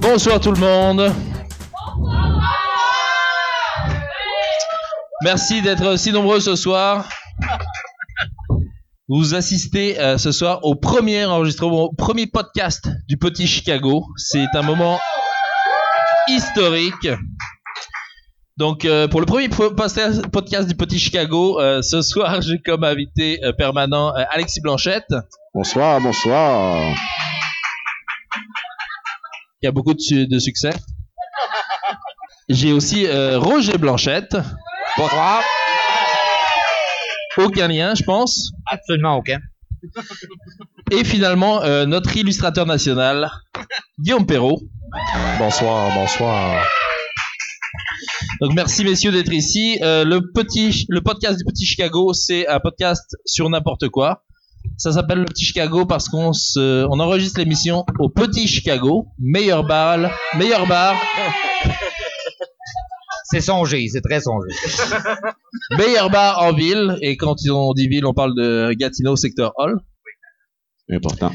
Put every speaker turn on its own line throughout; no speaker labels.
Bonsoir tout le monde. Merci d'être si nombreux ce soir. Vous assistez euh, ce soir au premier enregistrement, au premier podcast du Petit Chicago. C'est un moment historique. Donc, euh, pour le premier po- podcast podcast du Petit Chicago, euh, ce soir, j'ai comme invité euh, permanent euh, Alexis Blanchette,
Bonsoir, bonsoir.
qui a beaucoup de, su- de succès. J'ai aussi euh, Roger Blanchette.
Bonsoir.
Aucun lien, je pense.
Absolument aucun.
Et finalement, euh, notre illustrateur national, Guillaume Perrault.
Bonsoir, bonsoir.
Donc merci messieurs d'être ici. Euh, le petit, le podcast du petit Chicago, c'est un podcast sur n'importe quoi. Ça s'appelle le petit Chicago parce qu'on se, on enregistre l'émission au petit Chicago, meilleur bar, meilleur bar,
C'est songé, c'est très songé.
meilleur bar en ville. Et quand on dit ville, on parle de Gatineau secteur Hall.
Important.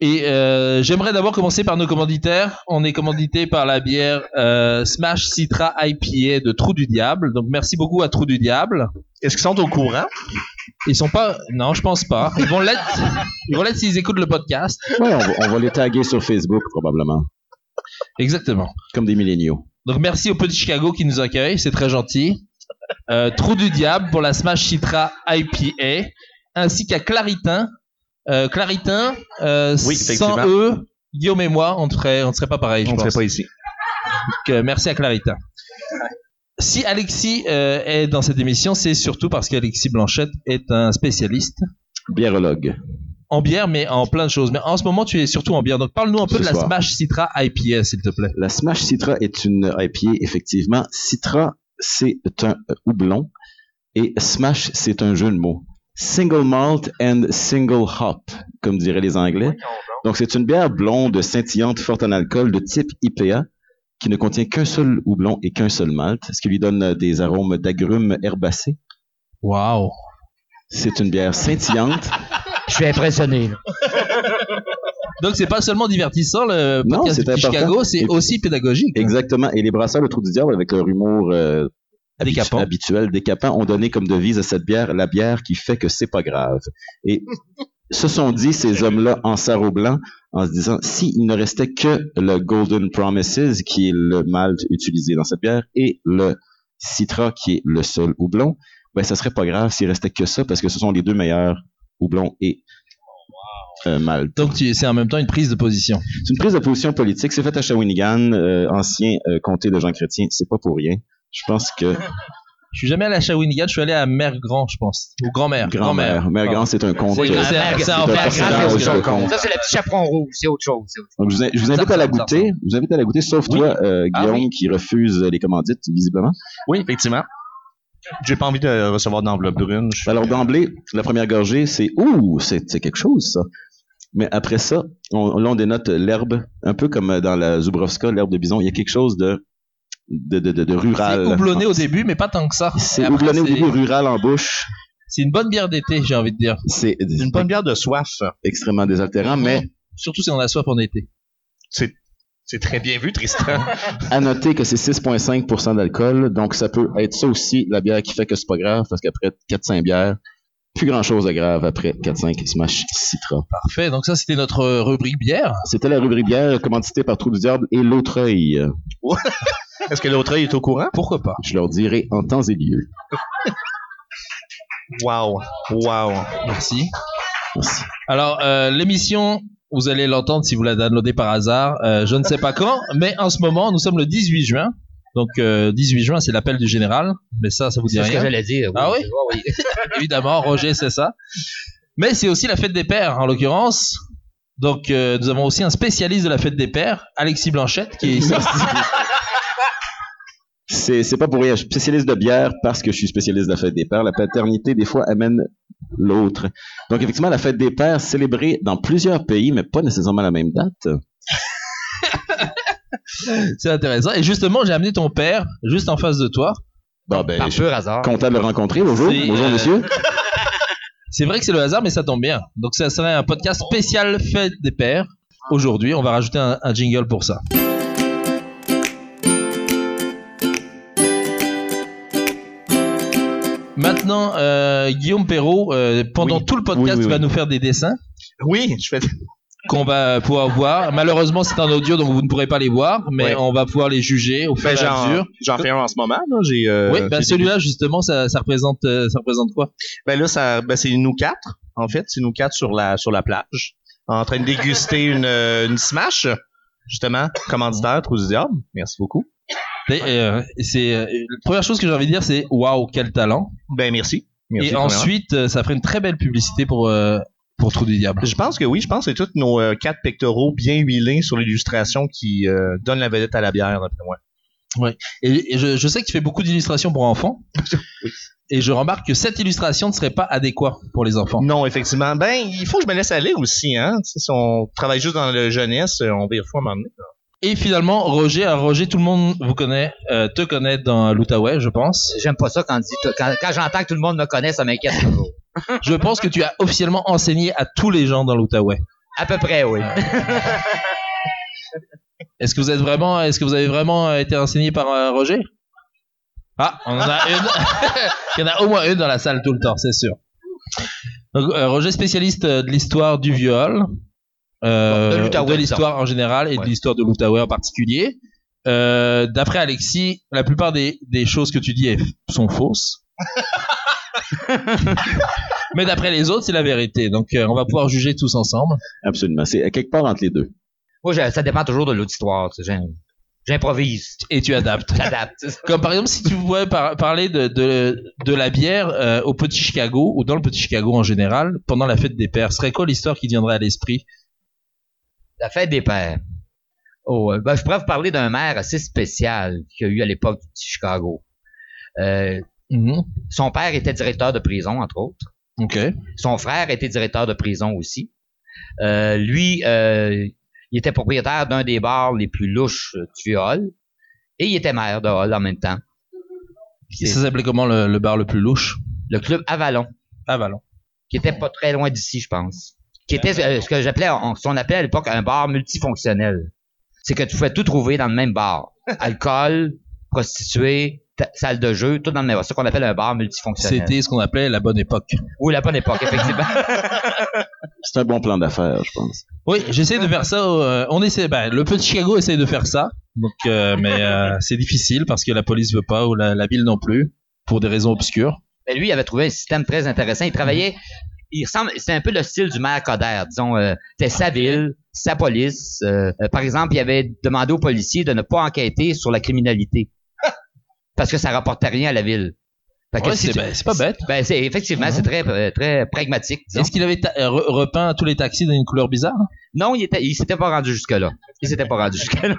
Et euh, j'aimerais d'abord commencer par nos commanditaires. On est commandité par la bière euh, Smash Citra IPA de Trou du Diable. Donc merci beaucoup à Trou du Diable.
Est-ce qu'ils sont au courant?
Ils sont pas. Non, je pense pas. Ils vont l'être. Ils vont l'être s'ils écoutent le podcast.
Ouais, on va, on va les taguer sur Facebook probablement,
Exactement.
comme des milléniaux.
Donc merci au petit Chicago qui nous accueille, c'est très gentil. Euh, Trou du diable pour la Smash Citra IPA, ainsi qu'à Claritin. Euh, Claritin, euh,
Oui,
sans
effectivement.
eux, Guillaume et moi, on ne ferait- on ne serait pas pareil, je
On ne
pense.
serait pas ici.
Donc, euh, merci à Claritin. Si Alexis euh, est dans cette émission, c'est surtout parce qu'Alexis Blanchette est un spécialiste
Biérologue.
en bière, mais en plein de choses. Mais en ce moment, tu es surtout en bière. Donc, parle-nous un peu
Ce
de la
soir.
Smash Citra IPA, s'il te plaît.
La Smash Citra est une IPA, effectivement. Citra, c'est un euh, houblon et Smash, c'est un jeu de mots. Single malt and single hop, comme diraient les Anglais. Donc, c'est une bière blonde, scintillante, forte en alcool, de type IPA, qui ne contient qu'un seul houblon et qu'un seul malt, ce qui lui donne euh, des arômes d'agrumes herbacés.
Waouh.
C'est une bière scintillante.
Je suis impressionné. là.
Donc, c'est pas seulement divertissant, le
Non,
podcast
c'est
du Petit
important.
Chicago, c'est
Et-
aussi pédagogique.
Exactement. Et les brasseurs, le trou du diable, avec leur humour euh, habitu-
Décapant.
habituel, décapant, ont donné comme devise à cette bière la bière qui fait que c'est pas grave. Et se sont dit ces hommes-là en sarrau blanc en se disant s'il ne restait que le Golden Promises, qui est le malt utilisé dans cette bière, et le Citra, qui est le seul houblon, ben ça serait pas grave s'il restait que ça, parce que ce sont les deux meilleurs houblons et euh, malt.
Donc, tu- c'est en même temps une prise de position.
C'est une prise de position politique. C'est fait à Shawinigan, euh, ancien euh, comté de Jean Chrétien. C'est pas pour rien. Je pense que
Je suis jamais allé à Shawinigan, je suis allé à Mère Grand, je pense. Ou Grand-Mère.
grand-mère, mère
Ah.
grand, c'est un conte.
C'est
euh,
grand-mère.
Grand-mère,
c'est un
grand-mère,
peu
grand-mère,
personnel,
c'est
je
autre
le
chose.
compte.
Ça, c'est le petit chaperon rouge, c'est autre chose. c'est autre chose.
donc je vous, je vous invite
Ça
à la
ressemble, ça
goûter. Je vous invite à la goûter, sauf
Oui.
toi, euh,
Ah
Guillaume,
oui.
qui refuse euh, les commandites, visiblement.
Oui, effectivement. J'ai pas envie de recevoir d'enveloppe brune. Je suis-
Alors d'emblée, la première gorgée, c'est ouh, c'est c'est quelque chose ça. Mais après ça, on, là on dénote l'herbe, un peu comme euh, dans la Zubrowska, l'herbe de bison. Il y a quelque chose de de, de, de- de rural.
C'est houblonné au début, mais pas tant que ça. Et
C'est
après,
houblonné au
c'est-
début, rural en bouche.
C'est une bonne bière d'été, j'ai envie de dire.
C'est
C'est une bonne bière de soif.
extrêmement désaltérant, mais
Surtout si on a soif en été.
C'est très bien vu, Tristan.
À noter que c'est 6,5 d'alcool, donc ça peut être ça aussi, la bière qui fait que c'est pas grave, parce qu'après 4-5 bières, plus grand-chose de grave après 4-5 Smash Citra.
Parfait. Donc, ça, c'était notre euh, rubrique bière.
C'était la rubrique bière commanditée par Trou du Diable et l'autre œil.
Est-ce que l'autre œil est au courant?
Pourquoi pas?
Je leur dirai en temps et lieu.
Wow. Wow.
Merci.
Merci.
Alors, euh, l'émission, vous allez l'entendre si vous la downloadez par hasard, euh, je ne sais pas quand, mais en ce moment, nous sommes le 18 juin. Donc, euh, 18 juin, c'est l'appel du général, mais ça, ça vous dit
C'est ce que
rien.
j'allais dire.
Ah oui?
oui.
Évidemment, Roger, c'est ça. Mais c'est aussi la fête des pères, en l'occurrence. Donc, euh, nous avons aussi un spécialiste de la fête des pères, Alexis Blanchette, qui est ici.
C'est c'est pas pour rien. Je suis spécialiste de bière parce que je suis spécialiste de la fête des pères. La paternité, des fois, amène l'autre. Donc, effectivement, la fête des pères célébrée dans plusieurs pays, mais pas nécessairement à la même date.
c'est intéressant. Et justement, j'ai amené ton père juste en face de toi.
Bon, ben,
Par
je suis
pur hasard.
content de le rencontrer. Bonjour.
C'est,
Bonjour,
euh,
monsieur.
C'est vrai que c'est le hasard, mais ça tombe bien. Donc, ça serait un podcast spécial fête des pères. Aujourd'hui, on va rajouter un- un jingle pour ça. Maintenant, euh, Guillaume Perrault, euh, pendant
Oui.
tout le podcast,
Oui, oui,
va
oui.
nous faire des dessins
Oui, je fais.
qu'on va pouvoir voir. Malheureusement, c'est en audio, donc vous ne pourrez pas les voir, mais
Ouais.
on va pouvoir les juger au fur
Ben,
et à
j'en,
mesure.
j'en fais un en ce moment. Là. J'ai, euh,
oui, ben
j'ai-
celui-là, justement, ça, ça représente, euh, ça représente quoi
Ben là, ça, ben c'est nous quatre, en fait. C'est nous quatre sur la, sur la plage, en train de déguster une, euh, une smash, justement, commanditaire, Trou du Diable. Merci beaucoup.
Et, euh, C'est euh, la première chose que j'ai envie de dire, c'est waouh, quel talent
Ben, merci. Merci,
Et
premièrement.
ensuite, euh, ça ferait une très belle publicité pour euh, pour Trou du Diable.
Je pense que oui, je pense que c'est tous nos euh, quatre pectoraux bien huilés sur l'illustration qui euh, donne la vedette à la bière, d'après moi.
Et, et je, je sais que tu fais beaucoup d'illustrations pour enfants.
Oui.
Et je remarque que cette illustration ne serait pas adéquate pour les enfants.
Non, effectivement. Ben, il faut que je me laisse aller aussi, hein. Tu sais, si on travaille juste dans le jeunesse, euh, on vire fou à un moment donné.
Et finalement, Roger, alors Roger, tout le monde vous connaît, euh, te connaît dans l'Outaouais, je pense.
J'aime pas ça quand, dit, quand, quand j'entends que tout le monde me connaît, ça m'inquiète toujours.
Je pense que tu as officiellement enseigné à tous les gens dans l'Outaouais.
À peu près, oui.
Ah. Est-ce que vous êtes vraiment, est-ce que vous avez vraiment euh, été enseigné par euh, Roger Ah, on en a une. Il y en a au moins une dans la salle tout le temps, c'est sûr. Donc, euh, Roger, spécialiste euh, de l'histoire du viol, euh,
Bon, de l'Outaouais,
de l'histoire en général et de
Ouais.
l'histoire de l'Outaouais en particulier. Euh, D'après Alexis, la plupart des, des choses que tu dis est- sont fausses. Mais d'après les autres, c'est la vérité. Donc, euh, on va pouvoir juger tous ensemble.
Absolument. C'est à quelque part entre les deux.
Moi, je- ça dépend toujours de l'auditoire. tu sais, j'im- J'improvise.
Et tu adaptes.
J'adapte.
Comme par exemple, si tu voulais par- parler de, de, de la bière euh, au Petit Chicago ou dans le Petit Chicago en général, pendant la fête des pères, serait quoi l'histoire qui te viendrait à l'esprit
La fête des pères. Oh, euh, ben, je pourrais vous parler d'un maire assez spécial qu'il y a eu à l'époque du petit Chicago. Euh,
Mhm.
son père était directeur de prison, entre autres.
Ok.
Son frère était directeur de prison aussi. Euh, lui, euh, il était propriétaire d'un des bars les plus louches euh, du Hall. Et il était maire de Hall en même temps.
Et
C'est
ça s'appelait comment le, le bar le plus louche Ah, bah,
le club Avalon,
À Vallon.
qui était pas très loin d'ici, je pense. Qui était euh, ce que j'appelais, en- ce qu'on appelait à l'époque un bar multifonctionnel. C'est que tu pouvais tout trouver dans le même bar. Alcool, prostituées, ta- salle de jeu, tout dans le même bar. C'est ce qu'on appelle un bar multifonctionnel.
C'était ce qu'on appelait la bonne époque.
Ou la bonne époque, effectivement.
C'est un bon plan d'affaires, je pense.
Oui, j'essaie de faire ça. euh, on essaie. ben, le Petit Chicago essaie de faire ça, donc euh, mais euh, c'est difficile parce que la police veut pas ou la, la ville non plus pour des raisons obscures.
Mais Ben, lui, il avait trouvé un système très intéressant. Il travaillait, il ressemble, c'était un peu le style du maire Coderre. Disons, euh, c'était sa ville, sa police. Euh, euh, par exemple, il avait demandé aux policiers de ne pas enquêter sur la criminalité. Parce que ça rapportait rien à la ville. Fait Ah, que
Ouais,
si
c'est
tu-
ben, c'est pas bête.
Ben, c'est, effectivement,
Mhm.
c'est très, euh, très pragmatique. disons.
Est-ce qu'il avait ta- euh, re- repeint tous les taxis d'une couleur bizarre
Non, il était, il s'était pas rendu jusque-là. Il s'était pas rendu jusque-là.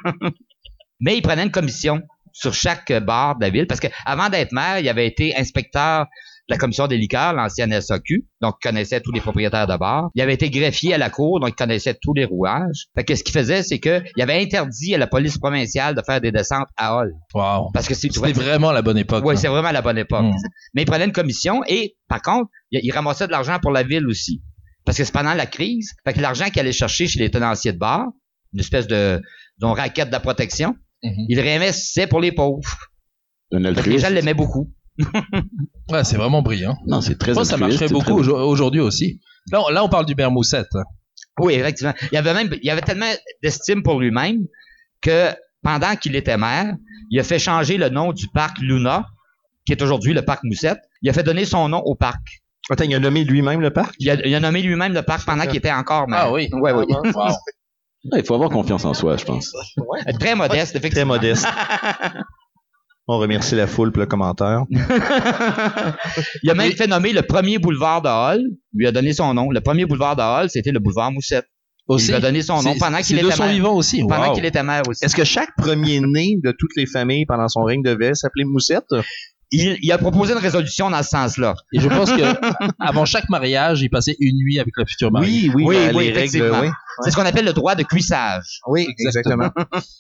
Mais il prenait une commission sur chaque euh, bar de la ville parce que avant d'être maire, il avait été inspecteur de la commission des liqueurs, l'ancienne SAQ, donc il connaissait tous les propriétaires de bar. Il avait été greffier à la cour, donc il connaissait tous les rouages. Fait que ce qu'il faisait, c'est que il avait interdit à la police provinciale de faire des descentes à Hall
Waouh.
parce que c'est tu vois,
C'était vraiment la bonne époque.
oui,
hein.
c'est vraiment la bonne époque.
Mm.
Mais il prenait une commission et, par contre, il, il ramassait de l'argent pour la ville aussi. Parce que c'est pendant la crise. Fait que l'argent qu'il allait chercher chez les tenanciers de bar, une espèce de, disons, raquette de la protection,
Mhm.
il réinvestissait pour les pauvres.
Un
Fait que les
altruiste.
gens l'aimaient beaucoup.
Ouais, c'est vraiment brillant.
Non, c'est très
Je pense que ça
altruiste,
marcherait
c'est
beaucoup
très-
aujo- aujourd'hui aussi. Là on, là, on parle du Bermoussette.
Oui, effectivement. Il avait même, il avait tellement d'estime pour lui-même que pendant qu'il était maire, il a fait changer le nom du parc Luna, qui est aujourd'hui le parc Moussette. Il a fait donner son nom au parc.
Attends, il a nommé lui-même le parc?
Il a, il a nommé lui-même le parc pendant qu'il était encore maire.
Ah oui.
Ouais, oui.
Wow.
Ouais, il faut avoir confiance en soi, je pense.
Très modeste, effectivement.
Très modeste. On remercie la foule pour le commentaire.
Il a même
Et-
fait nommer le premier boulevard de Hall. Il Lui a donné son nom. Le premier boulevard de Hall, c'était le boulevard Moussette. Il
Aussi.
lui a donné son nom
C'est-
pendant qu'il
ces deux
était
sont
maire.
vivants aussi.
Pendant
Wow.
qu'il était maire aussi.
Est-ce que chaque premier-né de toutes les familles pendant son règne devait s'appeler Moussette?
Il, il a proposé une résolution dans ce sens-là.
Et je pense que avant chaque mariage, il passait une nuit avec la future mariée.
oui,
Oui,
ben,
oui,
les règles,
effectivement.
oui.
C'est ce qu'on appelle le droit de cuissage.
Oui, exactement.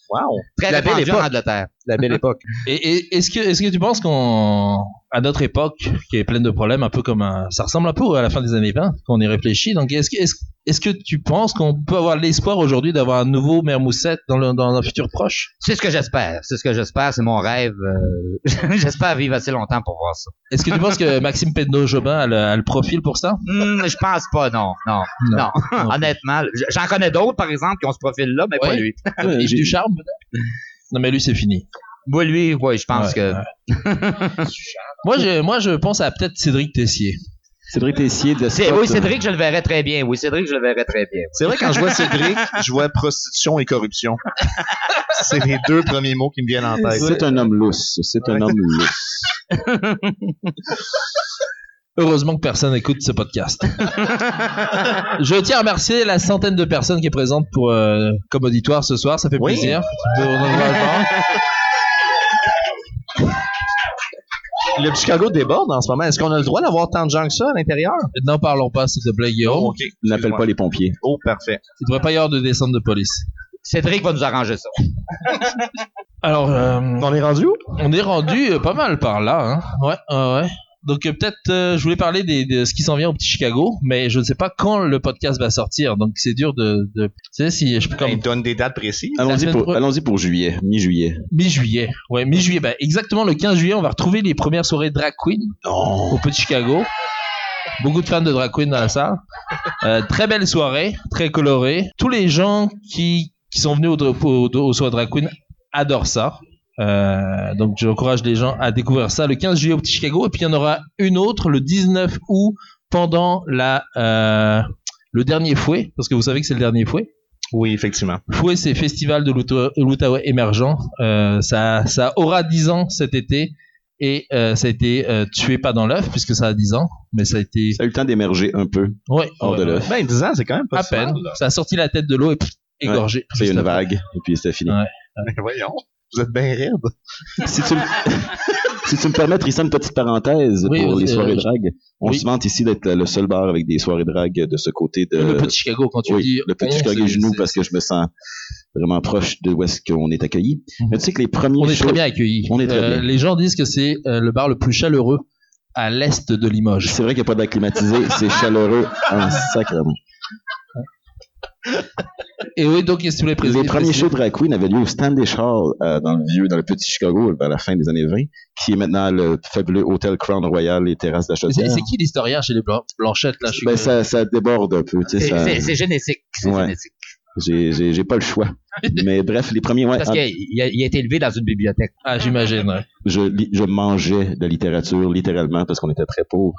wow.
Très
La belle
répandu en
époque.
Angleterre.
La belle époque.
Et, et- est-ce que est-ce que tu penses qu'on à notre époque qui est pleine de problèmes un peu comme un- ça ressemble un peu à la fin des années 20 qu'on y réfléchit donc est-ce que est-ce, est-ce que tu penses qu'on peut avoir l'espoir aujourd'hui d'avoir un nouveau maire Moussette dans le dans un futur proche
C'est ce que j'espère. C'est ce que j'espère. C'est mon rêve. euh, j'espère vivre assez longtemps pour voir ça.
Est-ce que tu penses que Maxime Pedno Jobin a le, a le profil pour ça
Hmm, je pense pas, non. Non. Non. Honnêtement, j- j'en connais d'autres, par exemple, qui ont ce profil-là, mais pas
Ouais.
lui.
Ouais, Ah, Yves du charme peut-être Non mais lui c'est fini.
Moi, lui, oui, je
Ouais,
pense que.
ouais. moi je moi je pense à peut-être Cédric Tessier.
Cédric Tessier de
C'est-
Scott,
Eh oui, Cédric, je le verrais très bien. Oui, Cédric, je le verrais très bien.
C'est vrai, quand je vois Cédric, je vois prostitution et corruption. C'est les deux premiers mots qui me viennent en tête.
C'est un homme lousse. C'est un
Ouais.
homme lousse.
Heureusement que personne écoute ce podcast. Je tiens à remercier la centaine de personnes qui est présente pour, euh, comme auditoire ce soir. Ça fait
Oui.
plaisir. De- de- de-
Le Chicago déborde en ce moment. Est-ce qu'on a le droit d'avoir tant de gens que ça à l'intérieur?
de- N'en parlons pas, s'il te plaît, Guillaume.
OK.
N'appelle pas les pompiers.
Oh, parfait.
Il ne devrait pas y avoir de descente de police.
Cédric va nous arranger ça.
Alors, euh,
On est rendu où?
on est rendu euh, pas mal par là. Hein. Ouais, ouais, ouais. Donc, euh, peut-être, euh, je voulais parler des- de ce qui s'en vient au petit Chicago, mais je ne sais pas quand le podcast va sortir. Donc, c'est dur de. de- Tu sais, si je peux comme.
Il donne des dates précises.
Allons-y
semaine
pour,
pro-
allons pour juillet, mi-juillet.
Mi-juillet. Ouais, mi-juillet. Ben, exactement le 15 juillet, on va retrouver les premières soirées drag queen au Petit Chicago. Beaucoup de fans de drag queen dans la salle. Euh, très belle soirée, très colorée. Tous les gens qui, qui sont venus au, dra- au, au- aux soirées drag queen adorent ça. Euh, donc j'encourage les gens à découvrir ça le 15 juillet au Petit Chicago. Et puis il y en aura une autre le 19 août pendant la, euh, le dernier fouet, parce que vous savez que c'est le dernier fouet.
Oui, effectivement.
Fouet, c'est Festival de l'Outa- l'Outaouais émergent. Euh, ça, ça aura 10 ans cet été. Et euh, ça a été euh, tué pas dans l'œuf, puisque ça a 10 ans. Mais ça a été.
Ça a eu le temps d'émerger un peu
Ouais,
hors
ouais,
de l'œuf.
Ben, 10 ans, c'est quand même pas
Euh, À
si
peine.
mal, là.
Ça a sorti la tête de l'eau et pff, égorgé.
C'est
Juste
une
après.
vague, et puis c'était fini.
Ouais.
Mais voyons. Vous êtes bien raide.
Si, tu me... si tu me permets, Tristan, une petite parenthèse
Oui,
pour
vas-y,
les soirées
euh,
drag. On
oui.
se vante ici d'être le seul bar avec des soirées drag de ce côté de...
Le petit Chicago, quand tu
oui,
dis.
le petit
on,
Chicago
c'est-
genou
c'est-
parce que je me sens vraiment proche de où est-ce qu'on est accueilli.
Mhm.
Mais tu sais que les premiers
On est
shows-
très bien accueillis. Euh,
On est très bien.
Les gens disent que c'est euh, le bar le plus chaleureux à l'est de Limoges.
C'est vrai qu'il n'y a pas d'air climatisé, c'est chaleureux en sacrement.
Et oui, donc, qu'est-ce que tu voulais présenter
Les premiers shows drag queen avaient lieu au Standish Hall euh, dans le vieux, dans le petit Chicago euh, vers la fin des années 20, qui est maintenant le fabuleux hôtel Crown Royal et terrasses de la
C'est
chaudière.
c'est qui l'historien chez les Blan- Blanchettes là je suis
Ben,
curieux.
ça, ça déborde un peu, tu sais,
C'est
ça-
c'est- c'est génétique. C'est
Ouais.
génétique.
j'ai- j'ai j'ai pas le choix. Mais bref, les premiers, ouais,
Parce
Ben, en-
qu'il a, il a été élevé dans une bibliothèque.
Ah, j'imagine. ouais.
je, li- je mangeais de littérature, littéralement, parce qu'on était très pauvres.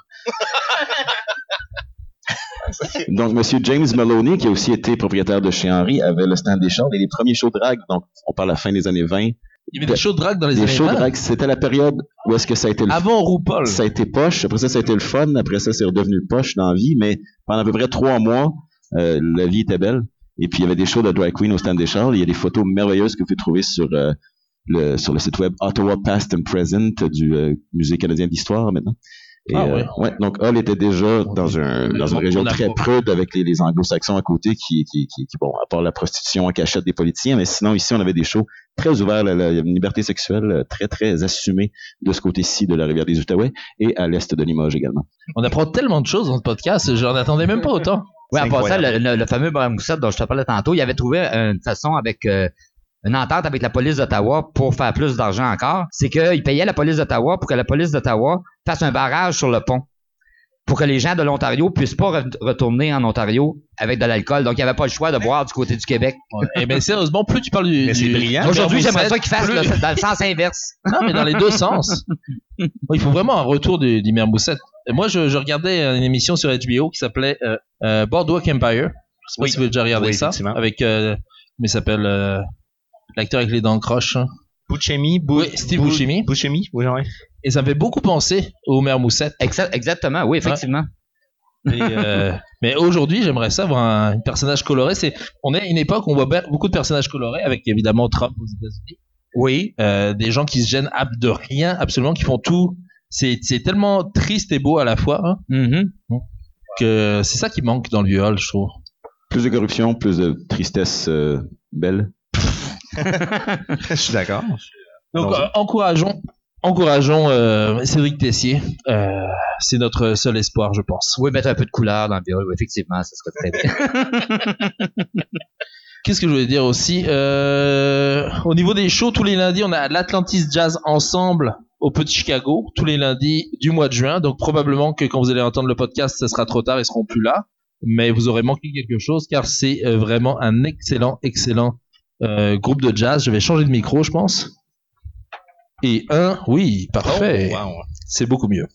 Donc, Monsieur James Maloney, qui a aussi été propriétaire de chez Henry, avait le stand des chants et les premiers shows drag. Donc, on parle à la fin des années 20.
Il y avait des shows de drague dans les
les
années
Ben,
Ah,
shows
20.
drag, c'était la période où est-ce que ça a été le
Avant RuPaul.
ça a été poche. Après ça, ça a été le fun. Après ça, c'est redevenu poche dans la vie. Mais pendant à peu près trois mois, euh, la vie était belle. Et puis, il y avait des shows de drag queen au stand des Charles. Il y a des photos merveilleuses que vous pouvez trouver sur, euh, le, sur le site web Ottawa Past and Present du euh, Musée canadien d'histoire maintenant. Et,
Ah ouais.
euh, ouais, donc Hall était déjà dans, un, dans une
On
région
a
très
pas-
prude avec les, les anglo-saxons à côté qui, qui, qui, qui, bon, à part la prostitution en cachette des politiciens, mais sinon ici on avait des shows très ouverts, la, la liberté sexuelle euh, très très assumée de ce côté-ci de la rivière des Outaouais et à l'est de Limoges également.
On apprend tellement de choses dans ce podcast, j'en attendais même pas autant.
Oui,
C'est
en passant,
incroyable.
le, le- le fameux Brian Moussette dont je te parlais tantôt, il avait trouvé une façon avec euh, une entente avec la police d'Ottawa pour faire plus d'argent encore. C'est qu'il payait la police d'Ottawa pour que la police d'Ottawa fasse un barrage sur le pont. Pour que les gens de l'Ontario puissent pas re- retourner en Ontario avec de l'alcool. Donc, il n'y avait pas le choix de boire du côté du Québec.
Et ben sérieusement, plus tu parles du.
Mais c'est
du-
brillant.
du
Aujourd'hui,
Moussette,
j'aimerais ça qu'ils fassent
plus-
le- dans le sens inverse.
Non, mais dans les deux sens. Il faut vraiment un retour du, du maire Moussette. Et moi, je, je regardais une émission sur HBO qui s'appelait euh, euh, Boardwalk Empire. Je sais pas
Oui.
si vous avez déjà regardé
Oui,
ça.
effectivement.
Avec. Euh, mais s'appelle. euh, L'acteur avec les dents croches. hein.
Buscemi, Bou-
Oui, Steve
Bou-
Buscemi.
Buscemi, oui, oui.
Et ça me fait beaucoup penser au maire Moussette.
Exa- exactement, oui, effectivement.
Et, euh, mais aujourd'hui, j'aimerais ça voir un, un personnage coloré. C'est, on est à une époque où on voit be- beaucoup de personnages colorés, avec évidemment Trump aux États-Unis.
Oui.
Euh, des gens qui se gênent ab- de rien, absolument, qui font tout. C'est, c'est tellement triste et beau à la fois hein,
Mhm.
que c'est ça qui manque dans le vieux hall, je trouve.
Plus de corruption, plus de tristesse euh, belle.
Je suis d'accord.
Donc,
Dans-
euh, encourageons, encourageons euh, Cédric Tessier. Euh, c'est notre seul espoir, je pense.
Oui, mettre un peu de couleur dans le bureau, oui, effectivement, ça serait très bien.
Qu'est-ce que je voulais dire aussi Euh, Au niveau des shows, tous les lundis, on a l'Atlantis Jazz Ensemble au Petit Chicago, tous les lundis du mois de juin. Donc probablement que quand vous allez entendre le podcast, ce sera trop tard, ils seront plus là. Mais vous aurez manqué quelque chose car c'est euh, vraiment un excellent, excellent euh, groupe de jazz. Je vais changer de micro, je pense. Et un, oui, parfait.
Oh,
C'est beaucoup mieux.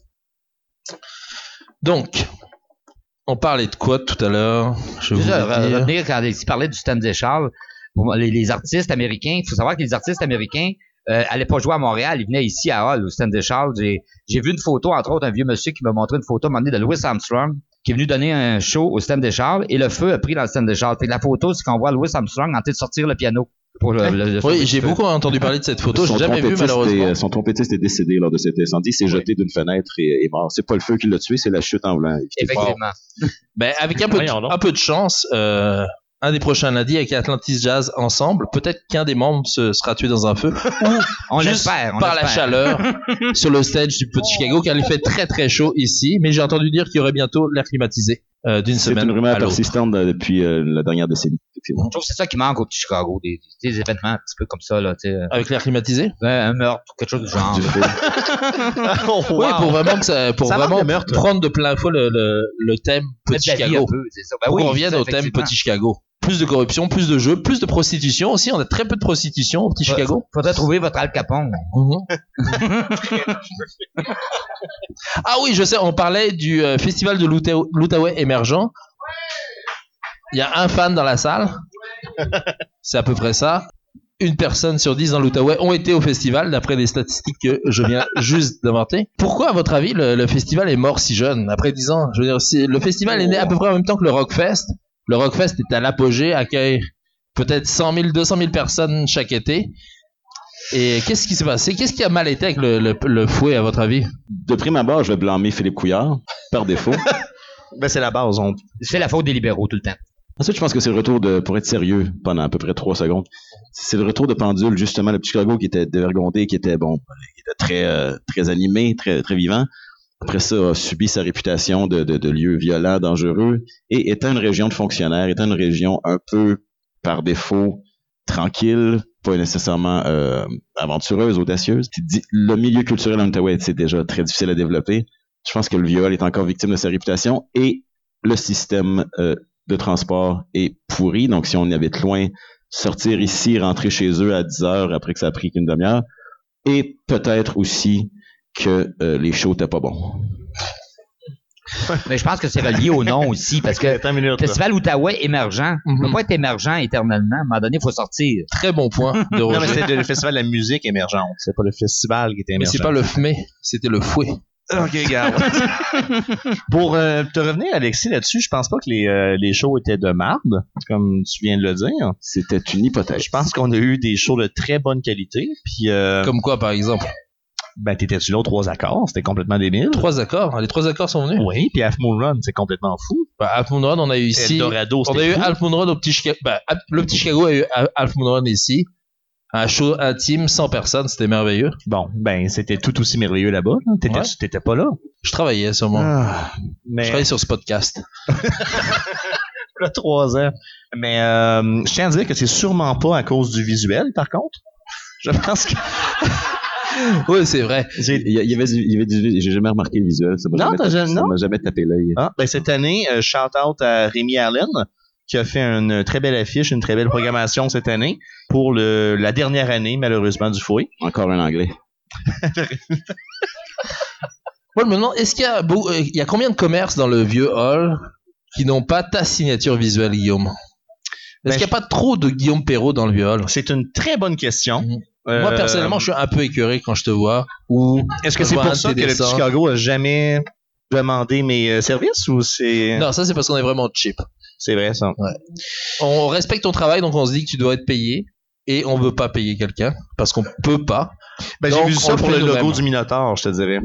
Donc, on parlait de quoi tout à l'heure Je vais vous
Déjà,
le
re-
dire.
revenir quand il parlait du Stan des Charles, pour les, les artistes américains, il faut savoir que les artistes américains euh, allaient pas jouer à Montréal, ils venaient ici à Hall, au Stan des Charles. J'ai, j'ai vu une photo, entre autres, un vieux monsieur qui m'a montré une photo à un moment donné, de Louis Armstrong, qui est venu donner un show au Stan des Charles, et le feu a pris dans le Stan des Charles. Fait que la photo, c'est qu'on voit Louis Armstrong en train de sortir le piano. Pour le, le- le-
Oui, j'ai beaucoup entendu parler de cette photo, j'ai jamais vu
trompettiste est,
malheureusement.
euh, son trompettiste est décédé lors de cet incendie, s'est jeté d'une fenêtre et est mort. C'est pas le feu qui l'a tué, c'est la chute en voulant éviter.
Effectivement.
Mais avec
Ah,
un peu,
Voyons
hein.
de,
donc.
un peu de chance, euh, un des prochains lundis avec Atlantis Jazz ensemble, peut-être qu'un des membres se sera tué dans un feu
On
Juste
l'espère. on
par la
l'espère.
chaleur sur le stage du Petit Chicago, car il fait très très chaud ici. Mais j'ai entendu dire qu'il y aurait bientôt l'air climatisé euh, d'une
C'est
semaine
une rumeur
à l'autre.
persistante euh, depuis euh, la dernière décennie. effectivement.
Je trouve que c'est ça qui manque au petit Chicago, des, des- des événements un petit peu comme ça, là, tu sais, euh,
Avec l'air climatisé
un meurtre, quelque
Ah,
chose du genre.
Du feu.
Oh,
Oui, pour vraiment que ça, pour
Ça manque
vraiment
de meurtre.
prendre de plein fouet le, le- le thème
Mettre
Petit
la vie un
Chicago.
peu, c'est ça. Ben
pour
oui,
qu'on revienne
ça,
au thème
effectivement.
Petit Chicago. Plus de corruption, plus de jeux, plus de prostitution aussi. On a très peu de prostitution au Petit
Ouais.
Chicago.
Faudrait trouver votre Al Capone.
ah oui, je sais, on parlait du euh, festival de l'Outa- l'Outaouais émergent. Il y a un fan dans la salle. C'est à peu près ça. Une personne sur dix dans l'Outaouais ont été au festival, d'après des statistiques que je viens juste d'inventer. Pourquoi, à votre avis, le, le festival est mort si jeune, après 10 ans Je veux dire, si- le festival est né à peu près en même temps que le Rockfest. Le Rockfest est à l'apogée, accueille peut-être 100 000, 200 000 personnes chaque été. Et qu'est-ce qui s'est passé Qu'est-ce qui a mal été avec le, le- le fouet, à votre avis
De prime abord, je vais blâmer Philippe Couillard, par défaut.
Ben, c'est la base. On...
C'est la faute des libéraux tout le temps.
Ensuite, je pense que c'est le retour de, pour être sérieux, pendant à peu près trois secondes, c'est le retour de pendule, justement, le petit Chicago qui était dévergondé, qui était, bon, qui était très, euh, très animé, très, très vivant. Après ça, a subi sa réputation de, de, de lieu violent, dangereux, et étant une région de fonctionnaires, étant une région un peu, par défaut, tranquille, pas nécessairement euh, aventureuse, audacieuse. Tu te dis, le milieu culturel en Outaouais, c'est déjà très difficile à développer. Je pense que le viol est encore victime de sa réputation et le système euh, de transport est pourri. Donc, si on habite loin, sortir ici, rentrer chez eux à 10 heures après que ça a pris qu'une demi-heure. Et peut-être aussi que euh, les shows n'étaient pas bons.
Mais je pense que c'est relié au nom aussi, parce que
Attends une minute.
le festival Outaouais émergent
Mhm.
ne peut pas être émergent éternellement. À un moment donné, il faut sortir.
Très bon point de
Non, mais
Roger.
c'était le festival de la musique émergente. C'est pas le festival qui était
Mais
émergent.
c'est pas le fumé, c'était le fouet.
Ok, regarde. Pour euh, te revenir, Alexis, là-dessus, je pense pas que les, euh, les shows étaient de marde, comme tu viens de le dire.
C'était une
Ben,
hypothèse.
Je pense qu'on a eu des shows de très bonne qualité. Puis, euh,
Comme quoi, par exemple
ben, t'étais-tu là aux trois accords? C'était complètement débile.
Trois accords. hein, Les trois accords sont venus.
Oui, puis Half Moon Run, c'est complètement fou.
Bah, Half Moon Run, on a eu ici.
Eldorado,
On a eu Half Moon Run au petit Chicago. Bah, Half- le petit Chicago a eu Ha- Half Moon Run ici. Un show intime, 100 personnes, c'était merveilleux.
Bon, ben, c'était tout aussi merveilleux là-bas. là. T'étais-
Ouais.
T'étais pas là.
Je travaillais sûrement.
Ah,
Je
mais
travaillais sur ce podcast.
là, trois ans. Mais euh, je tiens à dire que c'est sûrement pas à cause du visuel, par contre. Je pense que
Oui, c'est vrai.
j'ai
Il y, a- il y avait du, il y avait du- j'ai jamais remarqué le visuel. Ça m'a
Non,
jamais,
t'as
tapé-
jamais-
ça
non.
m'a jamais tapé l'œil.
Ah, ben cette année, euh, shout out à Rémi Allen qui a fait une très belle affiche, une très belle programmation cette année pour le, la dernière année malheureusement du fouet.
Encore un anglais.
Moi, je me demande, est-ce qu'il y a, beau- euh, il y a combien de commerces dans le vieux hall qui n'ont pas ta signature visuelle, Guillaume
Ben,
Est-ce qu'il n'y a pas trop de Guillaume Perrault dans le vieux hall
C'est une très bonne question.
Mhm.
Euh,
Moi, personnellement, je suis un peu écœuré quand je te vois. Ou
est-ce que
je
c'est
vois un
pour ça que le
dessin.
petit Chicago a jamais demandé mes euh, services ou c'est
Non, ça, c'est parce qu'on est vraiment cheap.
c'est vrai ça
On respecte ton travail, donc on se dit que tu dois être payé. Et on veut pas payer quelqu'un parce qu'on peut pas.
ben, j'ai
Donc,
vu
on
ça
le
pour
fait
le logo
nous-mêmes.
du Minotaur, je te dirais.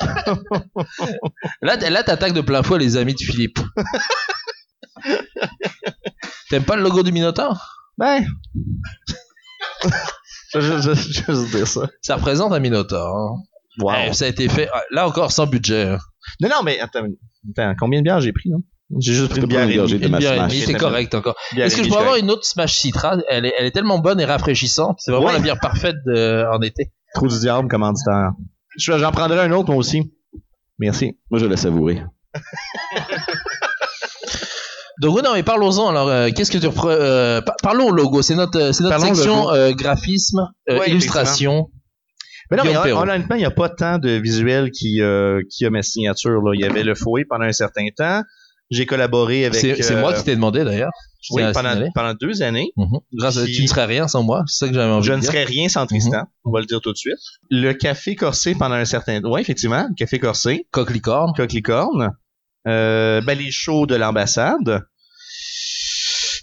Là, t- là t'attaques de plein fouet les amis de Philippe. T'aimes pas le logo du Minotaur
Ben. je vais juste, je vais juste dire ça.
Ça représente un Minotaur. hein.
Wow.
Eh, ça a été fait, ah, là encore, sans budget. hein.
Non, non, mais attends, attends, combien de bières j'ai pris, non? J'ai juste pris
peux
une bière
prendre
et
une
demie.
gorgée de
Une
ma
Bière et
Smash.
demie,
J'ai
c'est
fait
correct encore.
bière
Est-ce
et
que je
demie,
peux
je
avoir une autre Smash Citra elle est, elle est tellement bonne et rafraîchissante. C'est vraiment
Ouais.
la bière parfaite de- en été.
Trou du diable, commanditaire. Je- J'en prendrai un autre, moi aussi. Merci.
Moi, je l'ai savouré.
Donc, oui, non, mais parlons-en. Alors, euh, qu'est-ce que tu repre- euh, par- Parlons au logo. C'est notre, euh, c'est notre
Parlons
section
logo.
euh, graphisme, euh,
Ouais,
illustration.
Mais non, mais
Guillaume
hon-
Perrault.
honnêtement, il n'y a pas tant de visuels qui, euh, qui a ma signature. Là. Il y avait le fouet pendant un certain temps. J'ai collaboré avec.
C'est c'est
euh,
moi qui t'ai demandé d'ailleurs. Je
oui,
tiens à
pendant,
signaler.
pendant deux années.
Mhm. Grâce à-
Puis-
tu ne serais rien sans moi. C'est ça que j'avais envie
Je
de
ne
dire.
serais rien sans Tristan.
Mhm.
On va le dire tout de suite. Le café corsé pendant un certain temps. Oui, effectivement, le café corsé,
Coq licorne.
coquelicorne. Euh, ben, les shows de l'ambassade.